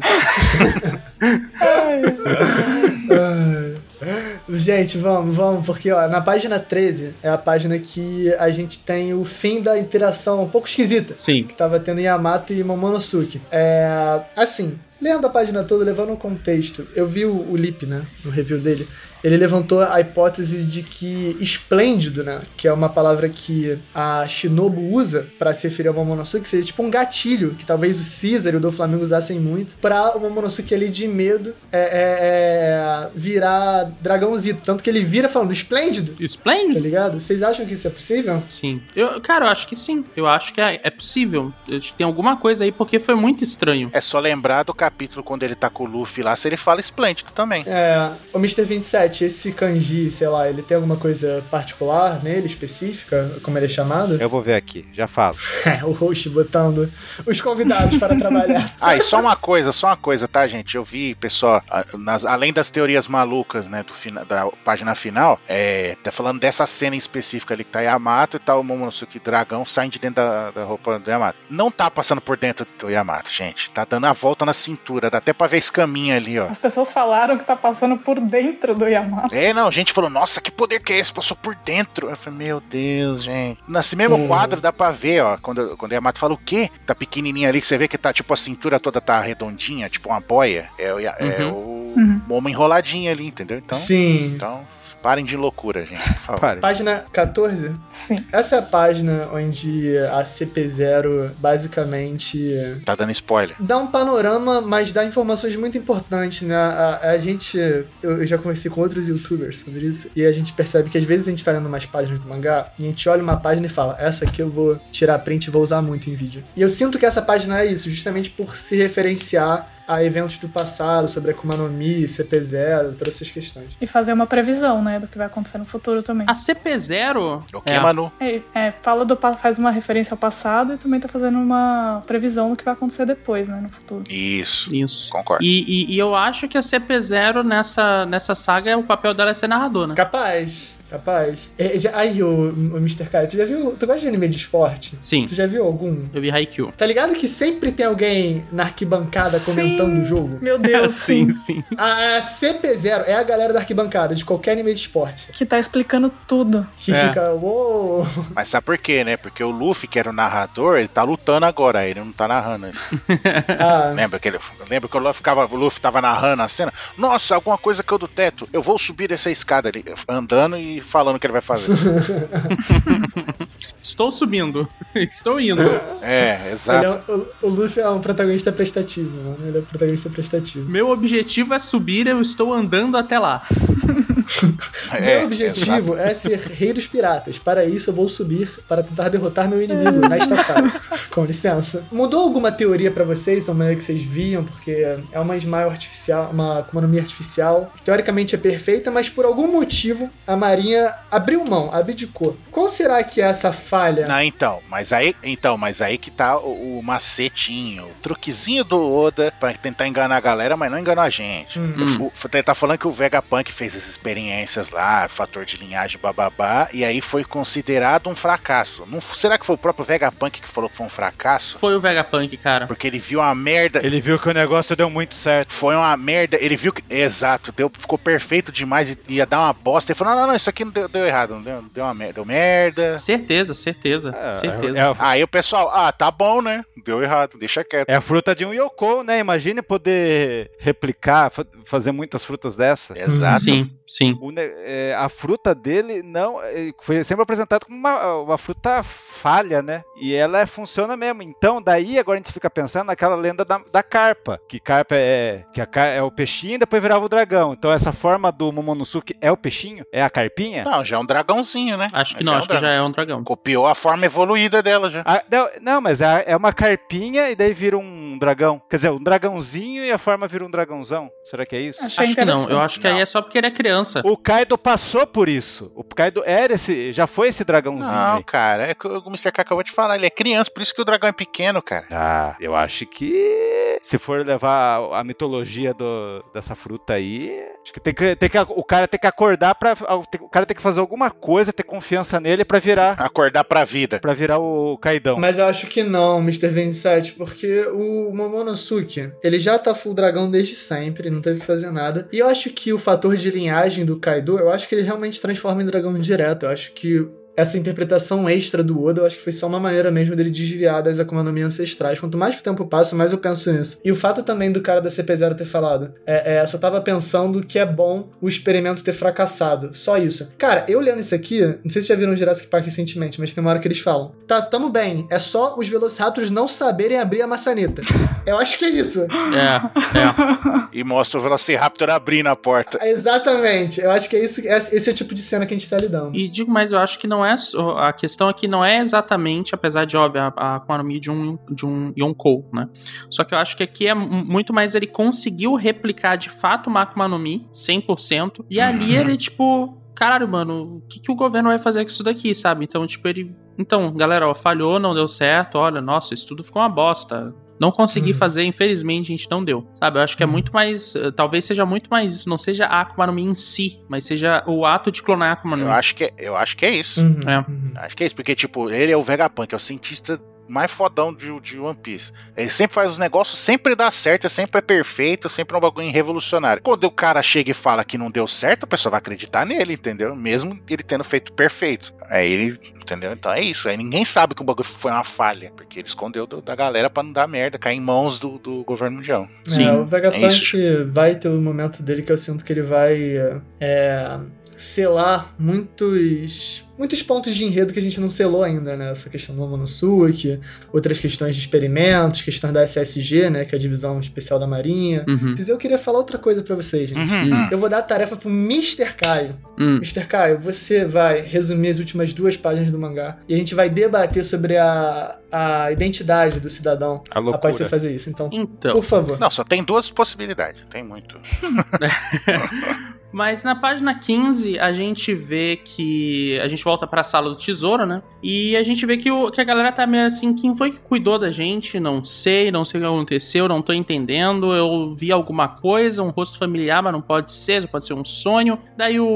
gente, vamos, vamos, porque ó, na página 13 é a página que a gente tem o fim da interação um pouco esquisita Sim. que tava tendo Yamato e Momonosuke. É. Assim, lendo a página toda, levando o contexto, eu vi o, o Lip, né? No review dele. Ele levantou a hipótese de que esplêndido, né? Que é uma palavra que a Shinobu usa pra se referir ao Momonosuke, seria tipo um gatilho, que talvez o Caesar e o do Flamengo usassem muito, pra o Momonosuke ali de medo é, é, é, virar dragãozito. Tanto que ele vira falando esplêndido, tá Esplêndido? ligado? Vocês acham que isso é possível? Sim. Eu, cara, eu acho que sim. Eu acho que é, é possível. Eu acho que tem alguma coisa aí, porque foi muito estranho. É só lembrar do capítulo quando ele tá com o Luffy lá, se ele fala esplêndido também. É, o Mr. 27, esse kanji, sei lá, ele tem alguma coisa particular nele, específica, como ele é chamado? Eu vou ver aqui, já falo. É, o host botando os convidados para trabalhar. Ah, e só uma coisa, só uma coisa, tá, gente? Eu vi, pessoal, a- nas- além das teorias malucas, né, do fina- da página final, é, tá falando dessa cena em específica ali que tá Yamato e tá o Momonosuke e o dragão saindo de dentro da, da roupa do Yamato. Não tá passando por dentro do Yamato, gente. Tá dando a volta na cintura, dá até pra ver esse caminho ali, ó. As pessoas falaram que tá passando por dentro do Yamato. É, não, gente falou, nossa, que poder que é esse? Passou por dentro. Eu falei, meu Deus, gente. Nesse mesmo Uhum. quadro dá pra ver, ó, quando, quando a Yamato fala o quê? Tá pequenininha ali, que você vê que tá, tipo, a cintura toda tá redondinha, tipo uma boia. É, o Ya- é o Uhum. Momo enroladinho ali, entendeu? Então, Sim. então, parem de loucura, gente, por favor. Pare. Página 14. Sim. Essa é a página onde a CP0 basicamente Tá dando spoiler. dá um panorama, mas dá informações muito importantes, né? A, a gente. Eu, eu já conversei com outros youtubers sobre isso, e a gente percebe que às vezes a gente tá lendo umas páginas do mangá, e a gente olha uma página e fala, essa aqui eu vou tirar a print e vou usar muito em vídeo. E eu sinto que essa página é isso, justamente por se referenciar a eventos do passado, sobre Akuma no Mi, CP0, todas essas questões. E fazer uma previsão, né, do que vai acontecer no futuro também. A CP0. O que, é, Manu? É, é, fala do pa- faz uma referência ao passado e também tá fazendo uma previsão do que vai acontecer depois, né, no futuro. Isso, é, Isso. concordo. E, e- e eu acho que a CP0 nessa, nessa saga, o papel dela é ser narrador, né? Capaz, capaz. É, já- aí, o, o Mr. Kai, tu já viu. Tu gosta de anime de esporte? Sim. Tu já viu algum? Eu vi Haikyuu. Tá ligado que sempre tem alguém na arquibancada Sim. comentando o jogo? Meu É, Deus, sim. sim. A, a CP0 é a galera da arquibancada de qualquer anime de esporte. Que tá explicando tudo. Que É. fica, uou! Mas sabe por quê, né? Porque o Luffy, que era o narrador, ele tá lutando agora, ele não tá narrando. Ah, Lembra que ele, lembra que o Luffy, ficava, o Luffy tava narrando a cena? Nossa, alguma coisa caiu do teto. Eu vou subir essa escada ali, andando e falando o que ele vai fazer. Estou subindo. Estou indo. é, ele é exato. um- o, o Luffy é um protagonista prestativo, mano. Ele é um protagonista prestativo. Meu objetivo é subir, eu estou andando até lá. É, meu objetivo é ser rei dos piratas. Para isso, eu vou subir para tentar derrotar meu inimigo nesta sala. Com licença. Mudou alguma teoria pra vocês, da maneira que vocês viam? Porque é uma Smile artificial, uma economia artificial. que Teoricamente é perfeita, mas por algum motivo a Marinha abriu mão, abdicou. Qual será que é essa falha? Não, então, mas aí, então, mas aí que tá o, o macetinho, o truquezinho do Oda pra tentar enganar a galera, mas não enganou a gente. Hum. O- f- tá falando que o Vegapunk fez as experiências lá, fator de linhagem, bababá, e aí foi considerado um fracasso. Não f- será que foi o próprio Vegapunk que falou que foi um fracasso? Foi o Vegapunk, cara. Porque ele viu a merda. Ele viu que o negócio deu muito certo. Foi uma merda. Ele viu que. Exato, deu, ficou perfeito demais. e Ia dar uma bosta. Ele falou: não, não, não, isso aqui não deu, deu errado. Não deu, deu uma merda. Deu merda. Certeza, certeza, É, certeza. é a- Aí o pessoal, ah, tá bom, né? Deu errado, deixa quieto. é a fruta de um Yoko, né? Imagine poder replicar, fa- fazer muitas frutas dessa. Exato. É. Sim, sim. O ne- é, a fruta dele não é, foi sempre apresentado como uma, uma fruta falha, né? E ela é- funciona mesmo. Então, daí agora a gente fica pensando naquela lenda da, da carpa. Que carpa é que a car- é o peixinho e depois virava o dragão. Então, essa forma do Momonosuke é o peixinho? É a carpinha? Não, já é um dragãozinho, né? Acho que Já não, é um acho que já dragão. é um dragão. Copiou a forma evoluída dela já. Ah, não, não, mas é, é uma carpinha e daí vira um dragão. Quer dizer, um dragãozinho e a forma vira um dragãozão. Será que é isso? Achei Acho que não, interessante. eu acho que aí é só porque ele é criança. O Kaido passou por isso. O Kaido era esse, já foi esse dragãozinho. Não, aí. cara, é que o Mr. K acabou de falar, ele é criança, por isso que o dragão é pequeno, cara. Ah, eu acho que se for levar a, a mitologia do- dessa fruta aí, acho que, tem que, tem que- o cara tem que acordar para o cara tem que fazer alguma coisa, ter confiança nele pra virar, Acordar pra vida. para virar o Kaidão. Mas eu acho que não, Mr. 27, porque o Momonosuke, ele já tá full dragão desde sempre, não teve que fazer nada. E eu acho que o fator de linhagem do Kaido, eu acho que ele realmente transforma em dragão direto. Eu acho que essa interpretação extra do Oda, eu acho que foi só uma maneira mesmo dele desviar das Akuma no Mi ancestrais. Quanto mais o tempo passa, mais eu penso nisso. E o fato também do cara da CP0 ter falado, é, é, só tava pensando que é bom o experimento ter fracassado. Só isso. Cara, eu lendo isso aqui, não sei se já viram Jurassic Park recentemente, mas tem uma hora que eles falam, tá, tamo bem, é só os Velociraptors não saberem abrir a maçaneta. Eu acho que é isso. É, é. E mostra o Velociraptor abrindo a porta. É Exatamente. Eu acho que é isso, esse é o tipo de cena que a gente tá lidando. E digo mais, eu acho que não é. só- A questão aqui não é exatamente, apesar de, óbvio, a, a Kwanami de um, de um Yonkou, né? Só que eu acho que aqui é mu- muito mais ele conseguiu replicar de fato o Makuma no Mi, 100%. E ali ele, tipo, caralho, mano, o que, que o governo vai fazer com isso daqui, sabe? Então, tipo, ele. Então, galera, ó, falhou, não deu certo, olha, nossa, isso tudo ficou uma bosta. Não consegui Hum. fazer, infelizmente, a gente não deu. Sabe? Eu acho que é Hum. muito mais. eh, Talvez seja muito mais isso. Não seja a Akuma no Mi em si, mas seja o ato de clonar a Akuma no Mi. Eu acho que, eu acho que é isso. Uhum, É. uhum. Acho que é isso, porque, tipo, ele é o Vegapunk, é o cientista mais fodão de, de One Piece. Ele sempre faz os negócios, sempre dá certo, sempre é perfeito, sempre é um bagulho revolucionário. Quando o cara chega e fala que não deu certo, a pessoa vai acreditar nele, entendeu? Mesmo ele tendo feito perfeito. Aí ele, entendeu? Então é isso. Aí ninguém sabe que o bagulho foi uma falha, porque ele escondeu do- da galera pra não dar merda, cair em mãos do, do governo mundial. Sim, É, o é Vegapunk isso. vai ter o momento dele que eu sinto que ele vai é, selar muitos muitos pontos de enredo que a gente não selou ainda, né? Essa questão do Momonosuke, outras questões de experimentos, questão da SSG, né? Que é a divisão especial da Marinha. Uhum. Mas eu queria falar outra coisa pra vocês, gente. É. Uhum. Eu vou dar a tarefa pro Mr. Caio. Hum. Mr. Caio, você vai resumir as últimas duas páginas do mangá e a gente vai debater sobre a, a identidade do cidadão A após você loucura. fazer isso. Então, Então, por favor. Não, só tem duas possibilidades. Tem muito. mas na página 15 a gente vê que a gente volta pra sala do tesouro, né? E a gente vê que, o, que a galera tá meio assim, quem foi que cuidou da gente? Não sei, não sei o que aconteceu, não tô entendendo. Eu vi alguma coisa, um rosto familiar, mas não pode ser, só pode ser um sonho. Daí o,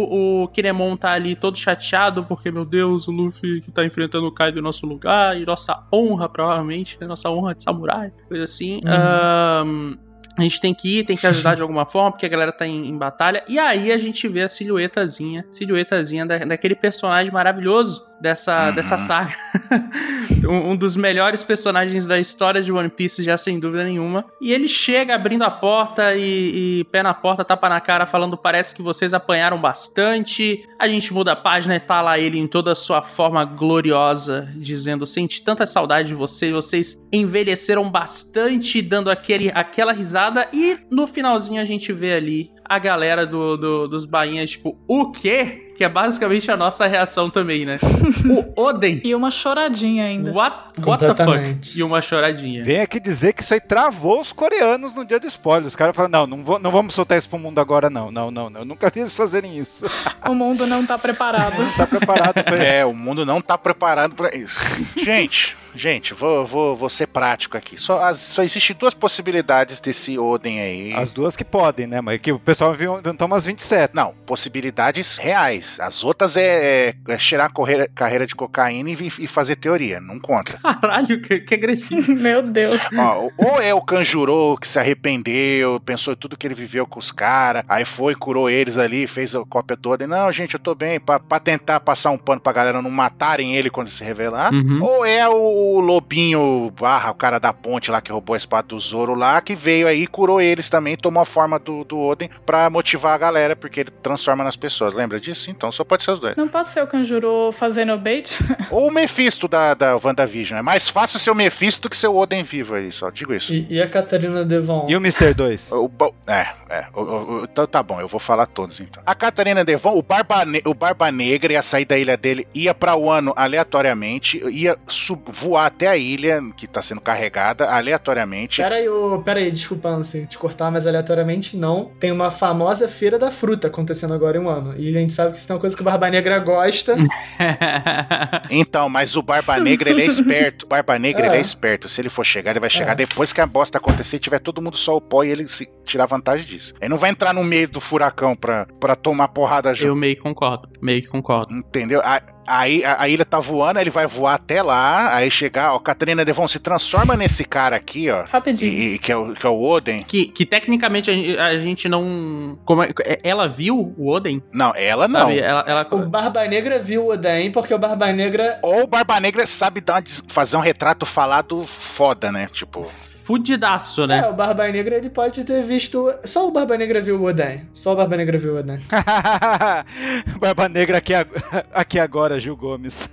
o Kiremon tá ali todo chateado porque, meu Deus, o Luffy que tá enfrentando o Kaido no nosso lugar e nossa honra, provavelmente, né? nossa honra de samurai, coisa assim. Uhum. Ahn, A gente tem que ir, tem que ajudar de alguma forma, porque a galera tá em, em batalha. E aí a gente vê a silhuetazinha, silhuetazinha da- daquele personagem maravilhoso dessa, Uhum. dessa saga. um, um dos melhores personagens da história de One Piece, já sem dúvida nenhuma. E ele chega abrindo a porta e, e pé na porta, tapa na cara, falando: parece que vocês apanharam bastante. A gente muda a página e tá lá ele em toda a sua forma gloriosa, dizendo: sente tanta saudade de vocês, vocês envelheceram bastante, dando aquele, aquela risada. E no finalzinho a gente vê ali a galera do, do- dos bainhas, tipo, o quê? Que é basicamente a nossa reação também, né? o Oden. E uma choradinha ainda. What, what the fuck? Completamente. E uma choradinha. Vem aqui dizer que isso aí travou os coreanos no dia do spoiler. Os caras falaram, não, não, vou- não vamos soltar isso pro mundo agora, não. Não, não, não. Eu nunca vi eles fazerem isso. O mundo não tá preparado. Tá preparado pra É, o mundo não tá preparado pra isso. gente, gente, vou, vou, vou ser prático aqui. Só, as- só existem duas possibilidades desse Odin aí. As duas que podem, né? Mas que o pessoal inven- inventou umas 27. Não, possibilidades reais. As outras é, é, é cheirar a correira- carreira de cocaína e, vi- e fazer teoria. Não conta. Caralho, que, que agressivo. Meu Deus. Ó, ou é o Kanjuro que se arrependeu, pensou em tudo que ele viveu com os caras, aí foi, curou eles ali, fez a cópia toda. E, não, gente, eu tô bem. Pra, pra tentar passar um pano pra galera não matarem ele quando se revelar. Uhum. Ou é o Lobinho barra, o cara da ponte lá que roubou a espada do Zoro lá, que veio aí e curou eles também, tomou a forma do, do Oden pra motivar a galera, porque ele transforma nas pessoas. Lembra disso? então só pode ser os dois. Não pode ser o Kanjuro fazendo o bait? Ou o Mephisto da, da WandaVision. É mais fácil ser o Mephisto que ser o Oden vivo aí, só digo isso. E, e a Catarina Devon? E o Mr. 2? O ba- é, é. O- o- o- então tá bom, eu vou falar todos então. A Catarina Devon, o Barba, Ne- o Barba Negra ia sair da ilha dele, ia pra Wano aleatoriamente, ia sub- voar até a ilha que tá sendo carregada aleatoriamente. Peraí, ô, peraí, desculpa, assim, te cortar, mas aleatoriamente não. Tem uma famosa feira da fruta acontecendo agora em um ano. E a gente sabe que isso é uma coisa que o Barba Negra gosta. Então, mas o Barba Negra, ele é esperto. O Barba Negra, É. ele é esperto. Se ele for chegar, ele vai chegar É. depois que a bosta acontecer e tiver todo mundo só o pó e ele se tirar vantagem disso. Ele não vai entrar no meio do furacão pra, pra tomar porrada junto. Eu meio que concordo, meio que concordo. Entendeu? A- Aí a, a ilha tá voando, ele vai voar até lá, aí chegar, ó, Catarina Devon se transforma nesse cara aqui, ó. Rapidinho. E, e- que, é o, que é o Oden. Que, que tecnicamente a gen- a gente não. Como é- é- ela viu o Oden? Não, ela não. Sabe? é- Ela, ela- O Barba Negra viu o Oden, porque o Barba Negra. Ou o Barba Negra sabe dar uma des- fazer um retrato falado foda, né? Tipo. Fudidaço, É, né? o Barba Negra ele pode ter visto. Só o Barba Negra viu o Oden. Só o Barba Negra viu o Oden. Barba Negra aqui, ag- aqui agora, Gil Gomes.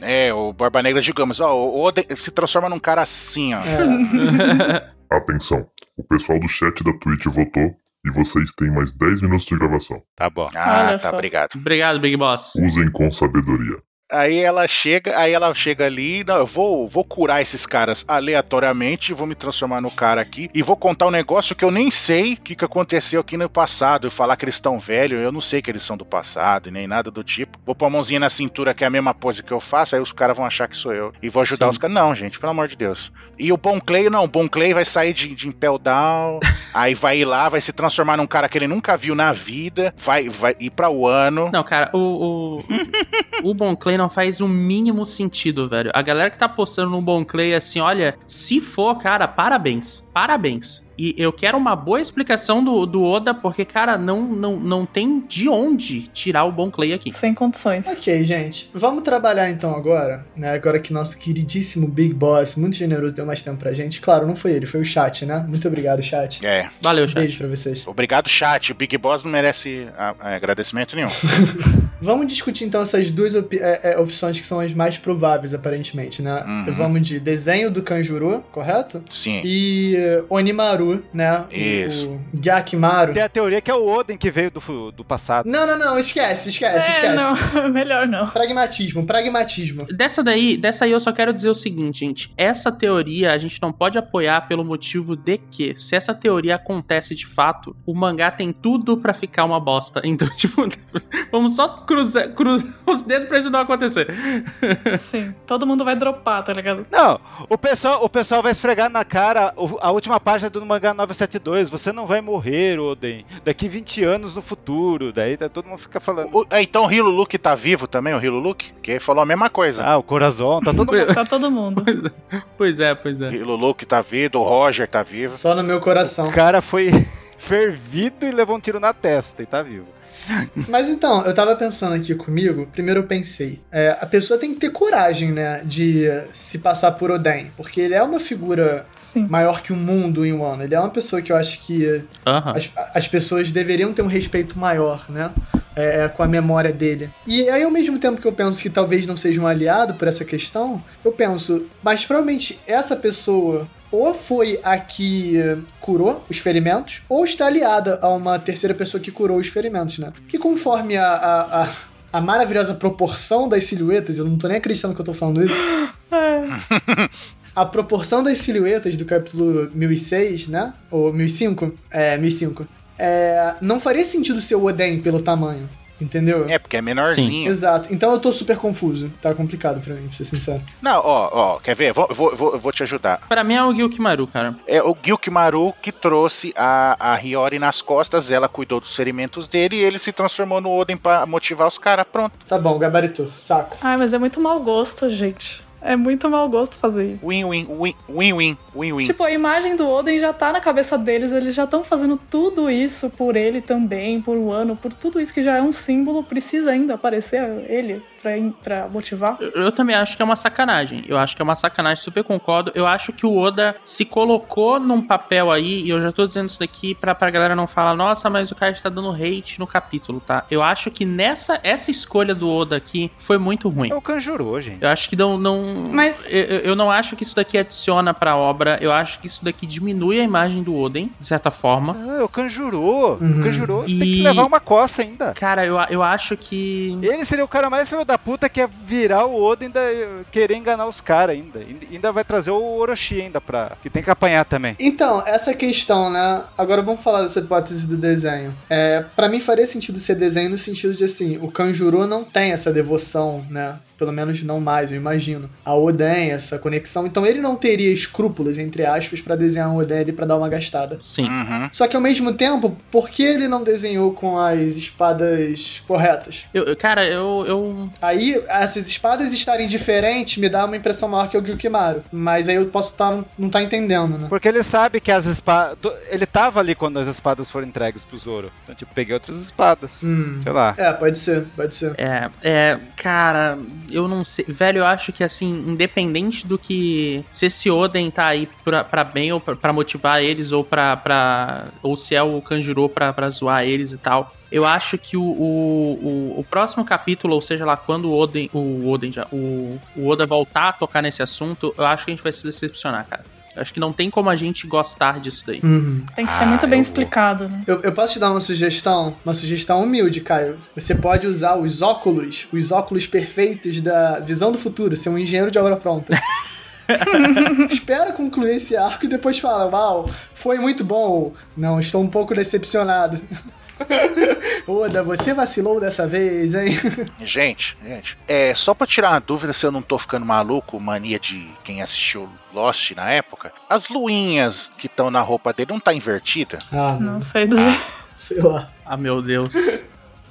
É, o Barba Negra, digamos, ó, o Oden se transforma num cara assim, ó. É. Atenção, o pessoal do chat da Twitch votou e vocês têm mais 10 minutos de gravação. Tá bom. Ah, Olha tá, só. obrigado. Obrigado, Big Boss. Usem com sabedoria. Aí ela chega, aí ela chega ali, não, eu vou, vou curar esses caras aleatoriamente, vou me transformar no cara aqui e vou contar um negócio que eu nem sei o que, que aconteceu aqui no passado, e falar que eles estão velhos, eu não sei que eles são do passado, e nem nada do tipo. Vou pôr a mãozinha na cintura, que é a mesma pose que eu faço, aí os caras vão achar que sou eu. E vou ajudar Sim. os caras. Não, gente, pelo amor de Deus. E o Bon Clay, não, o Bon Clay vai sair de, de Impel Down, aí vai ir lá, vai se transformar num cara que ele nunca viu na vida, vai, vai ir pra Wano. Não, cara, o. O, o Bon Clay não faz o mínimo sentido, velho. A galera que tá postando no Bon Clay assim, olha, se for, cara, parabéns. Parabéns. E eu quero uma boa explicação do, do Oda, porque, cara, não, não, não tem de onde tirar o Bon Clay aqui. Sem condições. ok, gente. Vamos trabalhar então agora, né? Agora que nosso queridíssimo Big Boss, muito generoso, deu mais tempo pra gente. Claro, não foi ele, foi o chat, né? Muito obrigado, chat. É, Valeu, chat. Beijo pra vocês. Obrigado, chat. O Big Boss não merece ah, ah, agradecimento nenhum. Vamos discutir então essas duas opi- é, é, opções que são as mais prováveis, aparentemente, né? Uhum. Vamos de desenho do Kanjuru, correto? Sim. E eh, Onimaru, né? O- Isso. O Gyakimaru. Tem a teoria que é o Oden que veio do, fu- do passado. Não, não, não, esquece, esquece, é, esquece. não, melhor não. Pragmatismo, pragmatismo. Dessa daí, dessa aí eu só quero dizer o seguinte, gente. Essa teoria a gente não pode apoiar pelo motivo de que, se essa teoria acontece de fato, o mangá tem tudo pra ficar uma bosta. Então, tipo, vamos só cruzar, cruzar os dedos pra isso não acontecer. Sim, todo mundo vai dropar, tá ligado? Não, o pessoal, o pessoal vai esfregar na cara o- a última página do mangá 972. Você não vai morrer, Oden. Daqui 20 anos no futuro. Daí tá- todo mundo fica falando. O- o- ah, então o Hilo Luke tá vivo também, o Hilo Luke? Que falou a mesma coisa. Ah, o coração, tá todo mundo. Tá todo mundo. Pois é, pois é. Hilo Luke tá vivo, o Roger tá vivo. Só no meu coração. O cara foi fervido e levou um tiro na testa e tá vivo. Mas então, eu tava pensando aqui comigo, primeiro eu pensei, é, a pessoa tem que ter coragem, né, de eh, se passar por Oden, porque ele é uma figura Sim. maior que o mundo em um ano. Ele é uma pessoa que eu acho que eh, Aham. As, as pessoas deveriam ter um respeito maior, né? É, é, com a memória dele. E aí, ao mesmo tempo que eu penso que talvez não seja um aliado por essa questão, eu penso, mas provavelmente essa pessoa ou foi a que eh, curou os ferimentos, ou está aliada a uma terceira pessoa que curou os ferimentos, né? Que conforme a. a, a a maravilhosa proporção das silhuetas, eu não tô nem acreditando que eu tô falando isso. É, A proporção das silhuetas do capítulo 1006, né? Ou 1005? É, 1005. É, não faria sentido ser o Oden pelo tamanho, entendeu? É, porque é menorzinho. Exato. Então eu tô super confuso. Tá complicado pra mim, pra ser sincero. Não, ó, ó, quer ver? Vou, vou, vou, vou te ajudar. Pra mim é o Gilkimaru, cara. É o Gilkimaru que trouxe a, a Hiyori nas costas, ela cuidou dos ferimentos dele e ele se transformou no Oden pra motivar os caras. Pronto. Tá bom, gabarito, saco. Ai, mas é muito mau gosto, gente. É muito mau gosto fazer isso. Win-win, win- win-win, win-win. Tipo, a imagem do Oden já tá na cabeça deles, eles já estão fazendo tudo isso por ele também, por Wano, por tudo isso que já é um símbolo, precisa ainda aparecer ele pra, in- pra motivar. Eu- Eu também acho que é uma sacanagem. Eu acho que é uma sacanagem, super concordo. Eu acho que o Oda se colocou num papel aí, e eu já tô dizendo isso daqui pra, pra galera não falar, nossa, mas o cara está dando hate no capítulo, tá? Eu acho que nessa essa escolha do Oda aqui foi muito ruim. É o Kanjuro, gente. Eu acho que não. não Mas- eu, eu- eu não acho que isso daqui adiciona pra obra. Eu acho que isso daqui diminui a imagem do Oden, de certa forma. Não, é o Kanjuro. Uhum. O Kanjuro tem E- que levar uma coça ainda. Cara, eu, a- eu acho que. Ele seria o cara mais filho da puta que ia virar o Oda e ainda querer enganar os caras ainda. Ainda- Ainda vai trazer o Orochi ainda pra. Que tem que apanhar também. Então, essa questão, né? Agora vamos falar dessa hipótese do desenho. É, para mim faria sentido ser desenho no sentido de assim, o Kanjuro não tem essa devoção, né? Pelo menos não mais, eu imagino. A Oden, essa conexão. Então ele não teria escrúpulos, entre aspas, pra desenhar um Oden ali pra dar uma gastada. Sim. Uhum. Só que ao mesmo tempo, por que ele não desenhou com as espadas corretas? Eu- eu- cara, eu, eu. Aí, essas espadas estarem diferentes me dá uma impressão maior que o Gyukimaru. Mas aí eu posso tá, não estar entendendo, né? Porque ele sabe que as espadas. Ele tava ali quando as espadas foram entregues pro Zoro. Então, tipo, peguei outras espadas. Hum. Sei lá. É, pode ser, pode ser. É, é, cara, eu não sei. Velho, eu acho que assim, independente do que. Se esse Oden tá aí pra, pra bem ou pra, pra motivar eles, ou pra, pra. Ou se é o Kanjuro pra, pra zoar eles e tal. Eu acho que o, o, o, o próximo capítulo, ou seja lá, quando o Oden. O Oden já. O, o Oda voltar a tocar nesse assunto, eu acho que a gente vai se decepcionar, cara. Eu acho que não tem como a gente gostar disso daí. Uhum. Tem que ser Ah, muito bem eu- explicado, né? Eu, eu posso te dar uma sugestão? Uma sugestão humilde, Caio. Você pode usar os óculos, os óculos perfeitos da visão do futuro, ser um engenheiro de obra pronta. Espera concluir esse arco e depois fala: Uau, foi muito bom. Ou, Não, estou um pouco decepcionado. Oda, você vacilou dessa vez, hein? Gente, gente, é só pra tirar uma dúvida se eu não tô ficando maluco, mania de quem assistiu Lost na época, as luinhas que estão na roupa dele não tá invertida? Ah, Não sei dizer. sei lá. Ah, meu Deus.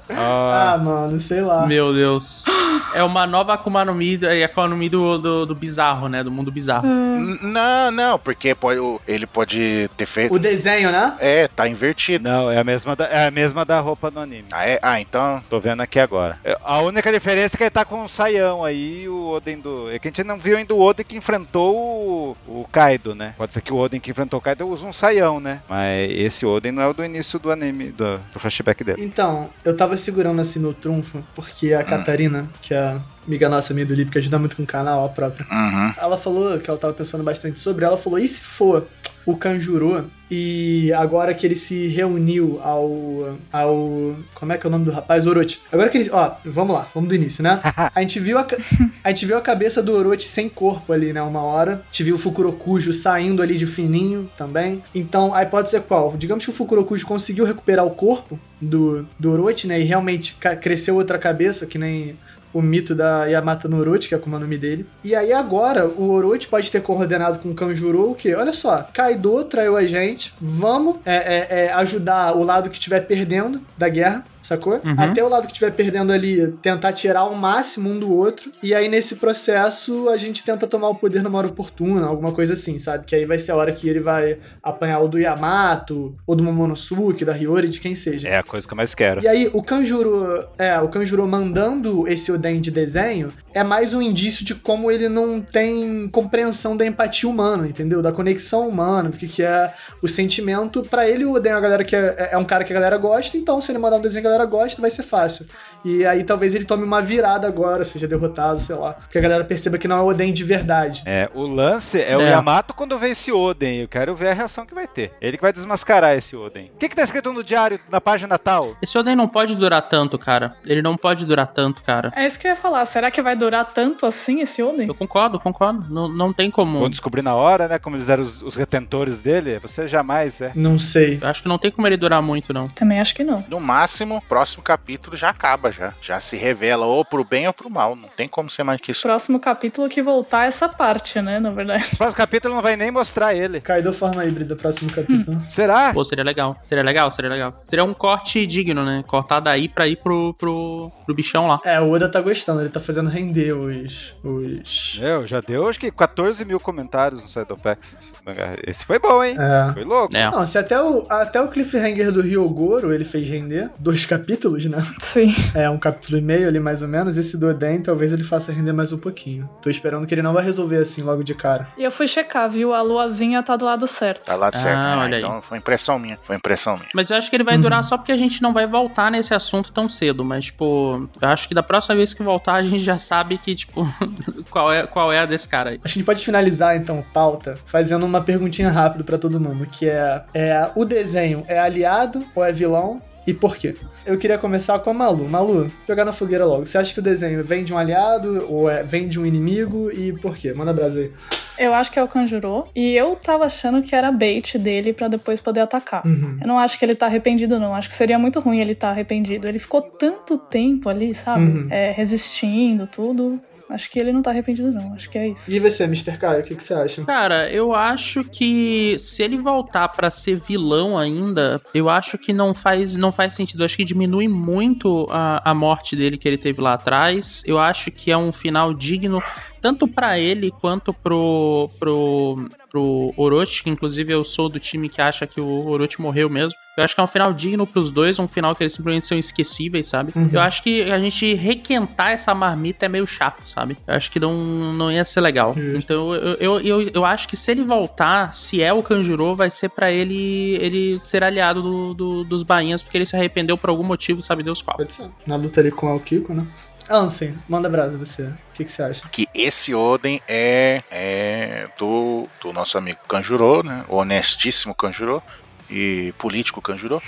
Ah, mano, sei lá. Meu Deus. É uma nova Akuma no Mi, é a Akuma no Mi do, do, do bizarro, né? Do mundo bizarro. N- Não, não, porque pode, o- ele pode ter feito. O desenho, né? É, tá invertido. Não, é a, mesma da, é a mesma da roupa no anime. Ah, é? Ah, então. Tô vendo aqui agora. É, A única diferença é que ele tá com um saião aí e o Oden do. É que a gente não viu ainda o Oden que enfrentou o, o Kaido, né? Pode ser que o Oden que enfrentou o Kaido usa um saião, né? Mas esse Oden não é o do início do anime, do, do flashback dele. Então, eu tava segurando assim meu trunfo, porque a Catarina, que é a amiga nossa, minha do Lip, que ajuda muito com o canal, a própria. Uhum. Ela falou que ela tava pensando bastante sobre, ela falou, e se for o Kanjuro e agora que ele se reuniu ao ao como é que é o nome do rapaz Orochi. Agora que ele, ó, vamos lá, vamos do início, né? A gente viu a, ca- a gente viu a cabeça do Orochi sem corpo ali, né, uma hora. A gente viu o Fukurokujo saindo ali de fininho também. Então, a hipótese é qual? Digamos que o Fukurokujo conseguiu recuperar o corpo do, do Orochi, né, e realmente ca- cresceu outra cabeça, que nem o mito da Yamata no Orochi, que é como é o nome dele. E aí agora, o Orochi pode ter coordenado com o Kanjuro o quê? Olha só, Kaido traiu a gente, vamos é, é, é, ajudar o lado que estiver perdendo da guerra. Sacou? Uhum. Até o lado que estiver perdendo ali, tentar tirar o máximo um do outro. E aí, nesse processo, a gente tenta tomar o poder numa hora oportuna, alguma coisa assim, sabe? Que aí vai ser a hora que ele vai apanhar o do Yamato, ou do Momonosuke, da Hiyori, de quem seja. É a coisa que eu mais quero. E aí, o Kanjuro, é, o Kanjuro mandando esse Oden de desenho é mais um indício de como ele não tem compreensão da empatia humana, entendeu? Da conexão humana, do que, que é o sentimento. Pra ele, o Oden é, uma galera que é, é um cara que a galera gosta, então se ele mandar um desenho que a galera gosta, vai ser fácil. E aí talvez ele tome uma virada agora, seja derrotado, sei lá. Que a galera perceba que não é o Oden de verdade. É, o lance é, o É. Yamato quando vê esse Oden. Eu quero ver a reação que vai ter. Ele que vai desmascarar esse Oden. O que, que tá escrito no diário, na página tal? Esse Oden não pode durar tanto, cara. Ele não pode durar tanto, cara. É isso que eu ia falar. Será que vai durar tanto assim esse Oden? Eu concordo, concordo. Não, não tem como. Vão descobrir na hora, né? Como eles eram os, os retentores dele. Você jamais é. Não sei. Eu acho que não tem como ele durar muito, não. Também acho que não. No máximo, o próximo capítulo já acaba, já. Já se revela ou pro bem ou pro mal. Não tem como ser mais que isso. Próximo capítulo que voltar é essa parte, né? Na verdade. O próximo capítulo não vai nem mostrar ele. Kaido forma híbrida, próximo capítulo. Hum. Será? Pô, seria legal. Seria legal, seria legal. Seria um corte digno, né? Cortar daí pra ir pro, pro, pro bichão lá. É, o Oda tá gostando, ele tá fazendo render os. os... Meu, já deu acho que 14 mil comentários no Sidopex. Esse foi bom, hein? É. Foi louco. É. Não, se até o, até o cliffhanger do Ryogoro ele fez render dois capítulos, né? Sim. É, um capítulo e meio ali, mais ou menos. Esse do Oden, talvez ele faça render mais um pouquinho. Tô esperando que ele não vai resolver assim logo de cara. E eu fui checar, viu? A luazinha tá do lado certo. Tá lá de Ah, certo. né? olha aí. então foi impressão minha. Foi impressão minha. Mas eu acho que ele vai Uhum. durar só porque a gente não vai voltar nesse assunto tão cedo. Mas, tipo, eu acho que da próxima vez que voltar, a gente já sabe que, tipo, qual é, qual é a desse cara aí. Acho que a gente pode finalizar, então, a pauta, fazendo uma perguntinha rápida pra todo mundo, que é, é... O desenho é aliado ou é vilão? E por quê? Eu queria começar com a Malu. Malu, jogar na fogueira logo. Você acha que o desenho vem de um aliado ou é, vem de um inimigo? E por quê? Manda brasa aí. Eu acho que é o Kanjuro. E eu tava achando que era bait dele pra depois poder atacar. Uhum. Eu não acho que ele tá arrependido, não. Acho que seria muito ruim ele tá arrependido. Ele ficou tanto tempo ali, sabe? Uhum. É, resistindo, tudo. Acho que ele não tá arrependido, não. Acho que é isso. E você, Mr. Caio, o que, que você acha? Cara, eu acho que se ele voltar pra ser vilão ainda, eu acho que não faz, não faz sentido. Eu acho que diminui muito a, a morte dele que ele teve lá atrás. Eu acho que é um final digno tanto pra ele quanto pro, pro, pro Orochi, que inclusive eu sou do time que acha que o Orochi morreu mesmo. Eu acho que é um final digno pros dois, um final que eles simplesmente são esquecíveis, sabe? Uhum. Eu acho que a gente requentar essa marmita é meio chato, sabe? Eu acho que não, não ia ser legal. Justo. Então eu, eu, eu, eu acho que se ele voltar, se é o Kanjuro, vai ser pra ele ele ser aliado do, do- dos bainhas, porque ele se arrependeu por algum motivo, sabe Deus qual. Pode ser. Na luta ali com o Kiko, né? Ansem, manda brasa você. O que, que você acha? Que esse Oden é, é do, do nosso amigo Kanjuro, né? O honestíssimo Kanjuro. E político Kanjuro.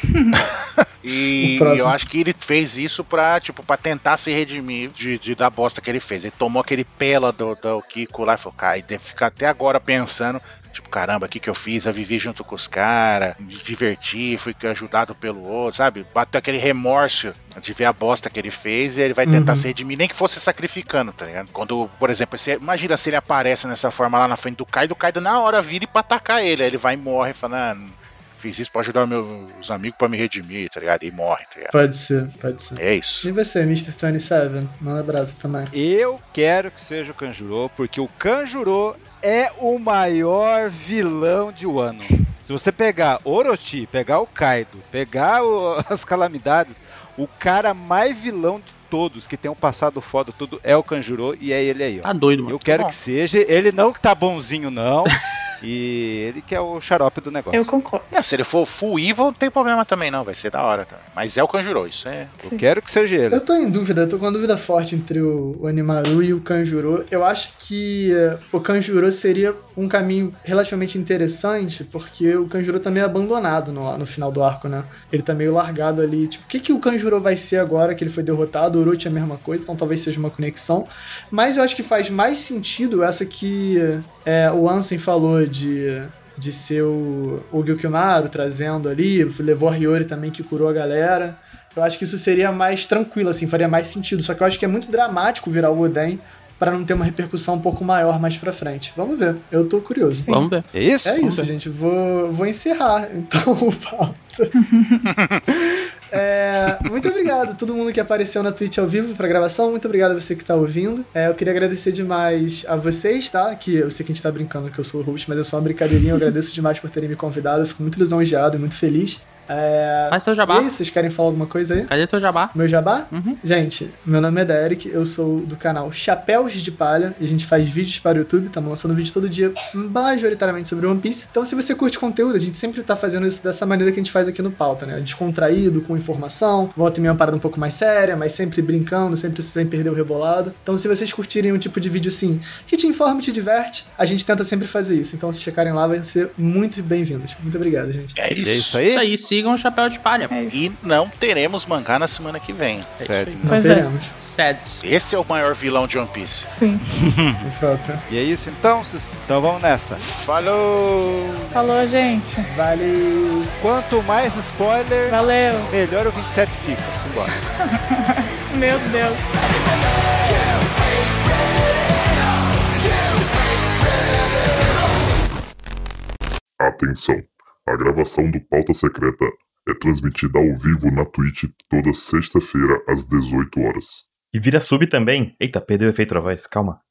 e O próprio. eu acho que ele fez isso pra, tipo, pra tentar se redimir de, de- da bosta que ele fez. Ele tomou aquele pela do, do Kiko lá e falou, cara, e deve ficar até agora pensando. Tipo, caramba, o que, que eu fiz? Eu vivi junto com os caras, me diverti, fui ajudado pelo outro, sabe? Bateu aquele remorso de ver a bosta que ele fez e ele vai tentar Uhum. se redimir, nem que fosse sacrificando, tá ligado? Quando, por exemplo, esse- imagina se ele aparece nessa forma lá na frente do Kaido, o Kaido na hora vira e pra atacar ele. Aí ele vai e morre, falando, ah, fiz isso pra ajudar meus amigos pra me redimir, tá ligado? E morre, tá ligado? Pode ser, pode ser. É isso. E você, Mr. Tony Seven? Manda brasa também. Eu quero que seja o Kanjuro, porque o Kanjuro é o maior vilão de Wano. Se você pegar Orochi, pegar o Kaido, pegar o- as calamidades, o cara mais vilão de todos, que tem um passado foda tudo, é o Kanjuro e é ele aí, ó. Tá doido, mano. Eu quero bom. que seja, ele não tá bonzinho não, e ele que é o xarope do negócio. Eu concordo. É, se ele for full evil, não tem problema também, não. Vai ser da hora também. Mas é o Kanjuro, isso é. Sim. Quero que seja ele. Eu tô em dúvida, eu tô com uma dúvida forte entre o o Animaru e o Kanjuro. Eu acho que eh, o Kanjuro seria um caminho relativamente interessante, porque o Kanjuro tá meio abandonado no, no final do arco, né? Ele tá meio largado ali. Tipo, o que, que o Kanjuro vai ser agora que ele foi derrotado? O Orochi é a mesma coisa, então talvez seja uma conexão. Mas eu acho que faz mais sentido essa que eh, o Ansem falou de de ser o, o Gyukimaru trazendo ali, levou a Hiyori também que curou a galera. Eu acho que isso seria mais tranquilo, assim, faria mais sentido. Só que eu acho que é muito dramático virar o Oden pra não ter uma repercussão um pouco maior mais pra frente. Vamos ver, eu tô curioso. Sim. Vamos ver. É isso? É isso, gente. Vou, vou encerrar então o pauta. É, muito obrigado a todo mundo que apareceu na Twitch ao vivo pra gravação. Muito obrigado a você que tá ouvindo. É, eu queria agradecer demais a vocês, tá? Que eu sei que a gente tá brincando que eu sou o host, mas é só uma brincadeirinha. Eu agradeço demais por terem me convidado. Eu fico muito lisonjeado e muito feliz. É, Faz teu e jabá. aí, vocês querem falar alguma coisa aí? Cadê teu jabá? Meu jabá? Uhum. Gente, meu nome é Derek, eu sou do canal Chapéus de Palha e a gente faz vídeos para o YouTube, estamos lançando vídeo todo dia, majoritariamente sobre One Piece. Então, se você curte conteúdo, a gente sempre tá fazendo isso dessa maneira que a gente faz aqui no pauta, né? Descontraído, com informação, volta e meia uma parada um pouco mais séria, mas sempre brincando, sempre sem perder o rebolado. Então, se vocês curtirem um tipo de vídeo assim, que te informa e te diverte, a gente tenta sempre fazer isso. Então, se checarem lá, vai ser muito bem-vindos. Muito obrigado, gente. É É isso aí? Isso aí, sigam o Chapéu de Palha. É isso. E não teremos mangá na semana que vem. Certo. Não Pois é. teremos. Sad. Esse é o maior vilão de One Piece. Sim. o próprio. E é isso então, sis- então vamos nessa. Falou! Falou, gente. Valeu! Quanto mais spoiler, Valeu. melhor o 27 fica. Vambora. Meu Deus. Atenção! A gravação do Pauta Secreta é transmitida ao vivo na Twitch toda sexta-feira às 18 horas. E vira sub também. Eita, perdeu o efeito da voz, calma.